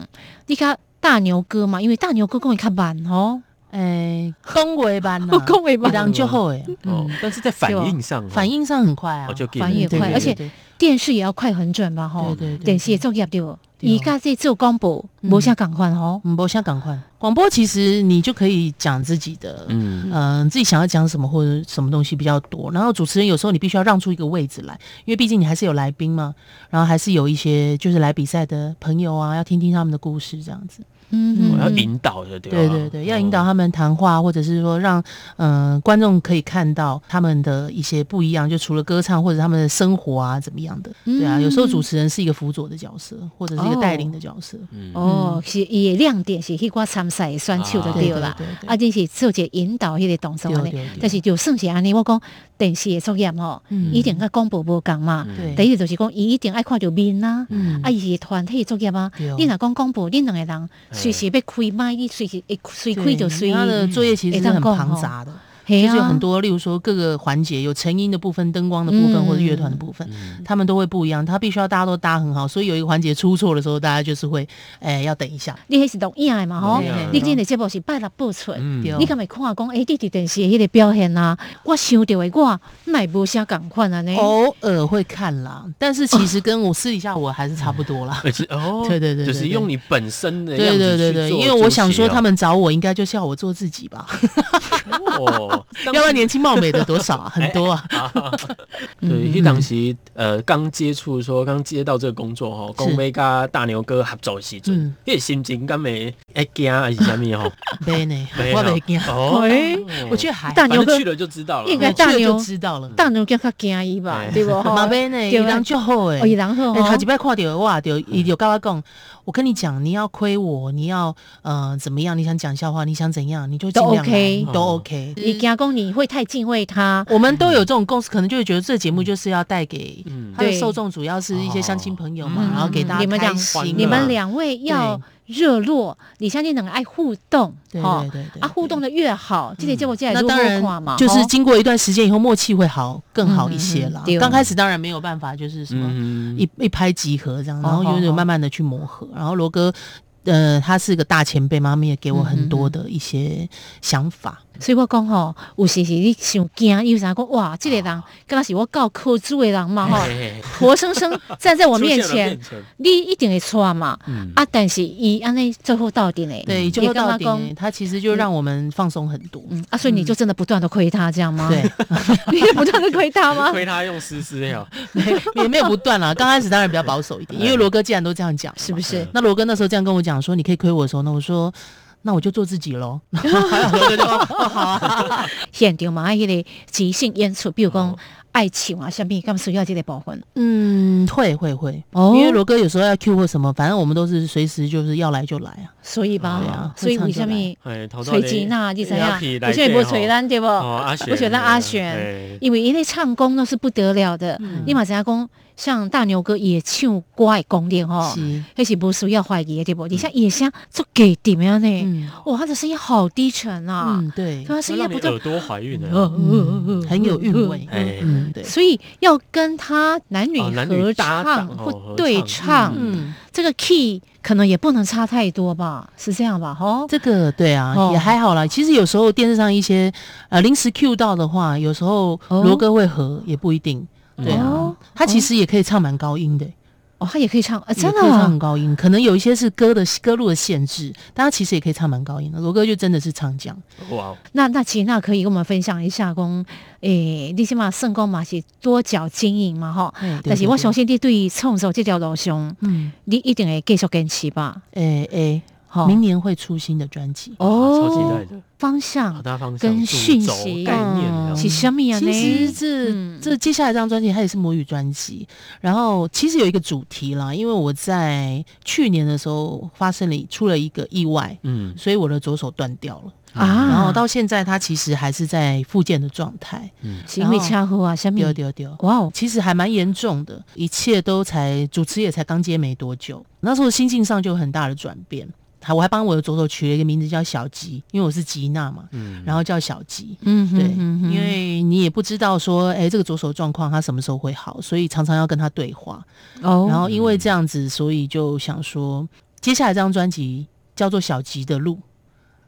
B: 你较大牛哥嘛，因为大牛哥讲会较慢吼，
C: 哎， *laughs* 恭维班呐，
B: 讲话慢
C: 当就后哎，
D: 哦
C: 嗯，，
D: 但是在反
B: 对吧
D: 应上哦，
C: 反应上很快啊
D: 哦，就给
B: 反应也
C: 对
B: 快，
C: 对
B: 而且
C: 对
B: 电视也要快很准吧吼
C: 对对，对
B: 电视的作业对无，
C: 对
B: 伊甲这做广播
C: 嗯
B: 无啥共款吼，
C: 嗯，不像赶快，广播其实你就可以讲自己的，嗯、
D: 嗯
C: 自己想要讲什么或者什么东西比较多。然后主持人有时候你必须要让出一个位置来，因为毕竟你还是有来宾嘛，然后还是有一些就是来比赛的朋友啊，要听听他们的故事这样子。
B: 嗯
D: 我要
B: 嗯，
D: 引导的，对吧哦
C: 对啊对对，要引导他们谈话，或者是说让嗯、呃观众可以看到他们的一些不一样，就除了歌唱或者他们的生活啊怎么样的。对
B: 嗯
C: 啊，有时候主持人是一个辅佐的角色，或者是一个带领的角色。
B: 哦，是伊的亮点是迄个参赛的选手就对啦
C: 啊对对对，对
B: 啊，你是做一个引导迄个动作安
C: 对对
B: 尼
C: 对，
B: 但是就算是安尼，我讲电视的作业吼，
C: 嗯
B: 一定甲广播无共嘛。
C: 对，
B: 第一就是讲，伊一定爱看着面啦，
C: 嗯
B: 啊，伊是团体的作业啊
C: 对哦。
B: 你若讲广播，恁两个人随时要开麦，你随时会随开就随哎
C: 对他的作业其实是很庞，杂的。
B: 系
C: 就是有
B: 啊，
C: 很多，例如说各个环节有成音的部分、灯光的部分
B: 嗯
C: 或者乐团的部分，
D: 嗯
C: 嗯他们都会不一样。他必须要大家都搭很好，所以有一个环节出错的时候，大家就是会，哎，要等一下。
B: 你迄是录影的嘛吼
C: 对啊？
B: 你恁的节目是拜六播出。
D: 嗯
C: 对
B: 你敢会看讲，诶、你伫电视的迄个表现啊，我想到的我，那也无啥共款啊安尼。
C: 偶尔会看啦，但是其
B: *laughs*
C: 实跟我私底下我还是差不多啦。
D: 而且哦，
C: 对对对对
D: 就
C: 对
D: 是用你本身的样
C: 对
D: 子
C: 对对对，
D: 去做
C: 因为我想说
D: 纠结哦
C: 他们找我应该就是要我做自己吧，
D: *laughs* 哦，
C: 要不然嗯年轻貌美的多
D: *laughs*
C: 少啊，很多
D: 哎
C: 啊。
D: 对，迄当时呃刚接触说刚接到这个工作哦吼，讲要甲大牛哥合作的时阵
C: 嗯，
D: 迄个心情敢会会惊啊还是啥哦物
C: *laughs*
D: 吼？
C: 对呢，
D: 没有
C: 我没惊，
D: 哦，
C: 我觉得还
B: 哎大
D: 反
B: 牛哥
D: 正去，了就知道了。哦
B: 应
C: 我
B: 该
C: 去
B: 大
C: 了就
B: 牛
C: 知道了。
B: 大牛哥较惊伊吧，对
C: *laughs*
B: 无吼？
C: 马贝呢，
B: 对
C: 伊
B: 啊
C: 人就好诶
B: 哦，伊，嗯人好
C: 哎，
B: 吼
C: 他几摆看到哇，就伊就跟我讲，我跟你讲，你要亏我，你要呃怎么样？你想讲笑话，你想怎样，你就尽
B: 都
C: 量来嗯
B: OK
C: 你都
D: 哦
C: OK。
B: 伊惊讲你会太敬畏他，
C: 我们都有这种共识，可能就会觉得这节目就是要带给
D: 嗯
C: 它的
B: 对
C: 受众，主要是一些乡亲朋友嘛，
D: 嗯
C: 然后给大
B: 你
C: 家
B: 们
C: 开
B: 两
C: 心啊。
D: 嗯
B: 你们两位要热络，你相信两个爱互动，
C: 对
B: 吼
C: 对对对嗯
B: 啊，互动的越好，这个结果才
C: 那
B: 会
C: 当
B: 越
C: 然
B: 好看嘛，
C: 就是
B: 吼
C: 经过一段时间以后，默契会好更好一些
B: 嗯
C: 啦
B: 嗯嗯对。
C: 刚开始当然没有办法，就是什么
D: 嗯，
C: 一一拍即合这样，然
B: 好
C: 后
B: 好
C: 有点
B: 好
C: 慢慢的去磨合。然后罗哥，呃，他是个大前辈嘛，他们也给我很多的一些想法。
B: 所以我讲吼，有时是你想惊，有啥讲哇，这个人
C: 啊
B: 敢若是我教科主的人嘛
C: 哦
B: 吼，
C: 哎
D: 嘿
B: 活生生站在我面
D: 出现了
B: 前，你一定会错嘛。啊，但是伊安尼最后到底呢？
C: 对，就
B: 你跟
C: 到
B: 他
C: 底
B: 讲
C: 欸他其实就让我们放松很多。 *laughs*
B: 嗯啊，所以你就真的不断的亏他，这样吗？
C: 对，，
B: *laughs* 你也不断的亏他
D: *laughs*
B: 吗？
D: 亏他用丝丝哦
C: *laughs*
D: 料，
C: 没也没有不断啦。刚开始当然比较保守一 *laughs* 点，因为罗哥既然都这样讲，
B: 是不是？
C: 那罗哥那时候这样跟我讲说，你可以亏我的时候，那我说。那我就做自己 *laughs* 喽。罗哥就哦好 *laughs* 啊，
B: 现场嘛，迄个即兴演出，比如讲爱情啊，啥物，咁需要这个部分。
C: 嗯，会会会，
B: 哦
C: 因为罗哥有时候要 Q 或什么，反正我们都是随时就是要来就来啊。
B: 所以吧，
C: 对啊
B: 所以为什么
C: 会
D: 哎，头
B: 崔吉娜，你知影？为什么
D: 不
B: 无崔咱对不？
D: 哦，阿璇，
B: 我选咱阿璇
D: 哎，
B: 因为伊咧唱功那是不得了的。你嘛知影讲，像大牛哥也唱歌的功力吼，
C: 是，
B: 那是无需要怀疑的对不？你像野香做给点样呢？
C: 嗯
B: 哇，他的声音好低沉啊，
C: 嗯，对
B: 对，啊，声
D: 会
B: 音也
D: 让你
B: 不断
D: 耳，朵怀孕了，
C: 嗯很有韵味。
D: 哎，
C: 嗯，对，
B: 所以要跟他男女
D: 哦男女
B: 合唱
D: 搭档
B: 或
D: 哦
B: 对
D: 合
B: 唱
D: 唱，
C: 嗯，
B: 这个 key 可能也不能差太多吧？是这样吧？
C: 嗯
B: 吼，
C: 这个对啊，
B: 哦
C: 也还好啦。其实有时候电视上一些呃临时 Q 到的话，有时候
B: 哦
C: 罗哥会合，也不一定。对啊
B: 哦，
C: 他其实也可以唱蛮高音的，
B: 哦，他也可以唱，啊、真
C: 也
B: 的
C: 可以唱
B: 啊
C: 很高音。可能有一些是歌的歌路的限制，但他其实也可以唱蛮高音的。罗哥就真的是唱将，
D: 哇，
B: 那那其实那可以跟我们分享一下，讲诶，你起码圣公嘛是多角经营嘛吼
C: 哎嘿对，
B: 但是
C: 对
B: 我
C: 对
B: 相信你对于创作这条路上，
C: 嗯，
B: 你一定会继续坚持吧，
C: 诶诶，
B: 吼。
C: 明年会出新的专辑。
D: 超期待
C: 哦
D: 的，
B: 方
D: 好
B: 向
D: 大方向、
B: 跟
D: 主
B: 讯
D: 轴
B: 息
D: 概念啊，
B: 是什么呀？
C: 其
B: 呢？
C: 实这、
B: 嗯
C: 这接下来这张专辑它也是母语专辑，然后其实有一个主题啦，因为我在去年的时候发生了出了一个意外，
D: 嗯，
C: 所以我的左手断掉了，
B: 啊，
C: 然后到现在它其实还是在复健的状态，
B: 是因为车祸啊，什么？
C: 丢丢丢。
B: 哇哦，
C: 其实还蛮严重的，一切都才主持也才刚接没多久，那时候心境上就有很大的转变。还我还帮我的左手取了一个名字叫小吉，因为我是吉娜嘛，然后叫小吉，
B: 嗯哼
C: 对，
B: 嗯哼
C: 因为你也不知道说，哎，这个左手状况它什么时候会好，所以常常要跟他对话。
B: 哦，
C: 然后因为这样子，所以就想说，接下来这张专辑叫做《小吉的路》。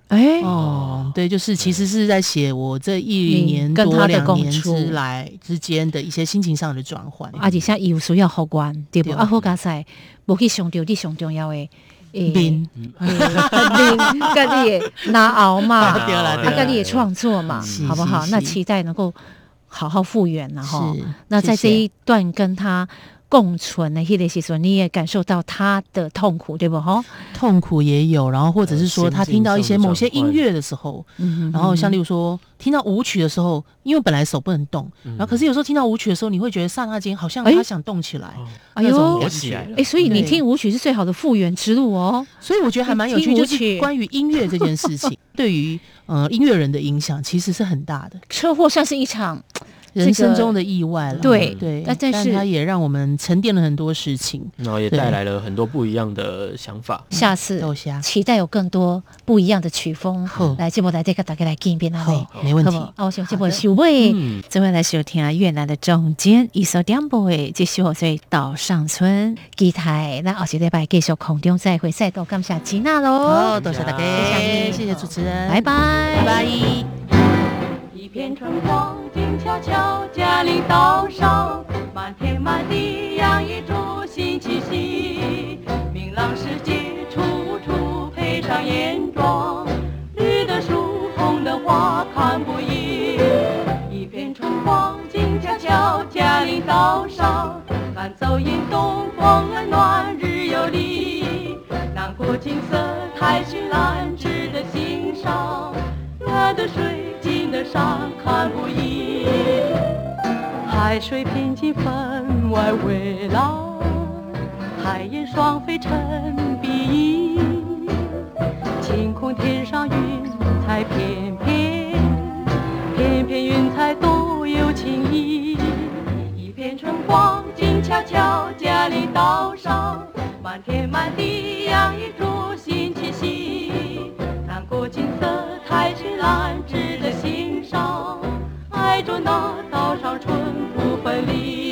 B: 哎，
C: 哦，对，就是其实是在写我这一
B: 你
C: 年
B: 跟
C: 多
B: 他的
C: 两
B: 共
C: 年
B: 处
C: 之来之间的一些心情上的转换。
B: 而且现在有需要互关，对不？
C: 对
B: 啊，好加在无去上到你上重要的，诶
C: 面，
B: 面家己的拿熬嘛，
C: 啊对啦，
D: 啊
C: 对
B: 啊
C: 啦
B: 家己的创作嘛
C: 是，
B: 好不好？
C: 是
B: 那
C: 是
B: 期待能够好好复原了哈。
C: 是
B: 那在
C: 谢
B: 这
C: 谢
B: 一段跟他共存的迄个时阵，你也感受到他的痛苦，对不哈？
C: 痛苦也有，然后或者是说
D: 呃
C: 他
D: 心境
C: 听到一些
D: 上的
C: 某些
D: 转换
C: 音乐的时候，
B: 嗯
C: 然后像例如说听到舞曲的时候，因为本来手不能动，然后可是有时候听到舞曲的时候，你会觉得刹那间好像
B: 嗯哎
C: 他想动起来，
D: 哦
B: 哎
C: 那种
B: 呦
D: 活
C: 感
D: 起来
C: 觉。
D: 了
B: 哎，所以你
C: 对
B: 听舞曲是最好的复原之路哦。
C: 所以我觉得还蛮有
B: 听
C: 趣，
B: 舞
C: 就是
B: 曲
C: 关于音乐这件
B: *laughs*
C: 事情，对于呃音乐人的影响其实是很大的，
B: 车祸算是一场，这
C: 人生
B: 个嗯
C: 中的意外了。
B: 对
C: 对，
B: 但但是
C: 它也让我们沉淀了很多事情。
D: 然后也
C: 对
D: 带来了很多不一样的想法。
B: 下次
C: 豆虾
B: 期待有更多不一样的曲风
C: 好
B: 来节目来这个大家来见面啊。
C: 好，没问
B: 好
C: 题
B: 不。好啊，我想这波收尾
D: 嗯，
B: 这位来收听越南的总监一首点播的这首所以岛上村吉他，那下一礼拜继续空中再会，再度感谢吉娜喽，
C: 好，多谢大家，
B: 谢谢
C: 谢谢主持人，
B: 拜拜，
C: 拜拜。
G: 一片春光静悄悄，嘉陵岛上，满天满地洋溢着新气息。明朗世界处处配上艳妆，绿的树，红的花，看不厌。一片春光静悄悄，嘉陵岛上，赶走阴冬，风儿暖，日有丽。南国景色太绚烂，值得欣赏。远的水，近的山，看不厌。海水平静分外蔚蓝，海燕双飞成碧翼。晴空天上云彩片片，片片云彩都有情意。一片春光静悄悄，嘉陵岛上，满天满地洋溢着新气息。南国景色太绚烂，值得欣赏，爱着那岛上春不分离。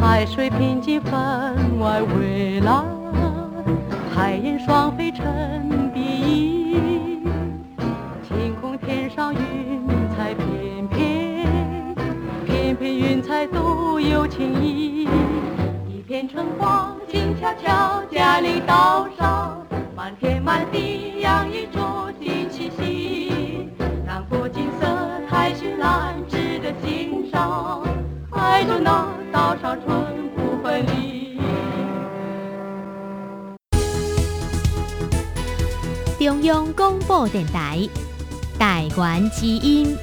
G: 海水平静分外蔚蓝，海燕双飞成碧翼。晴空天上云彩片片，片片云彩都有情意。一片春光静悄悄，嘉陵岛上，满天满地洋溢着新气息。南国景色太绚烂，值得欣赏。爱着那岛上春不分离。
H: 中央广播电台，台湾之音。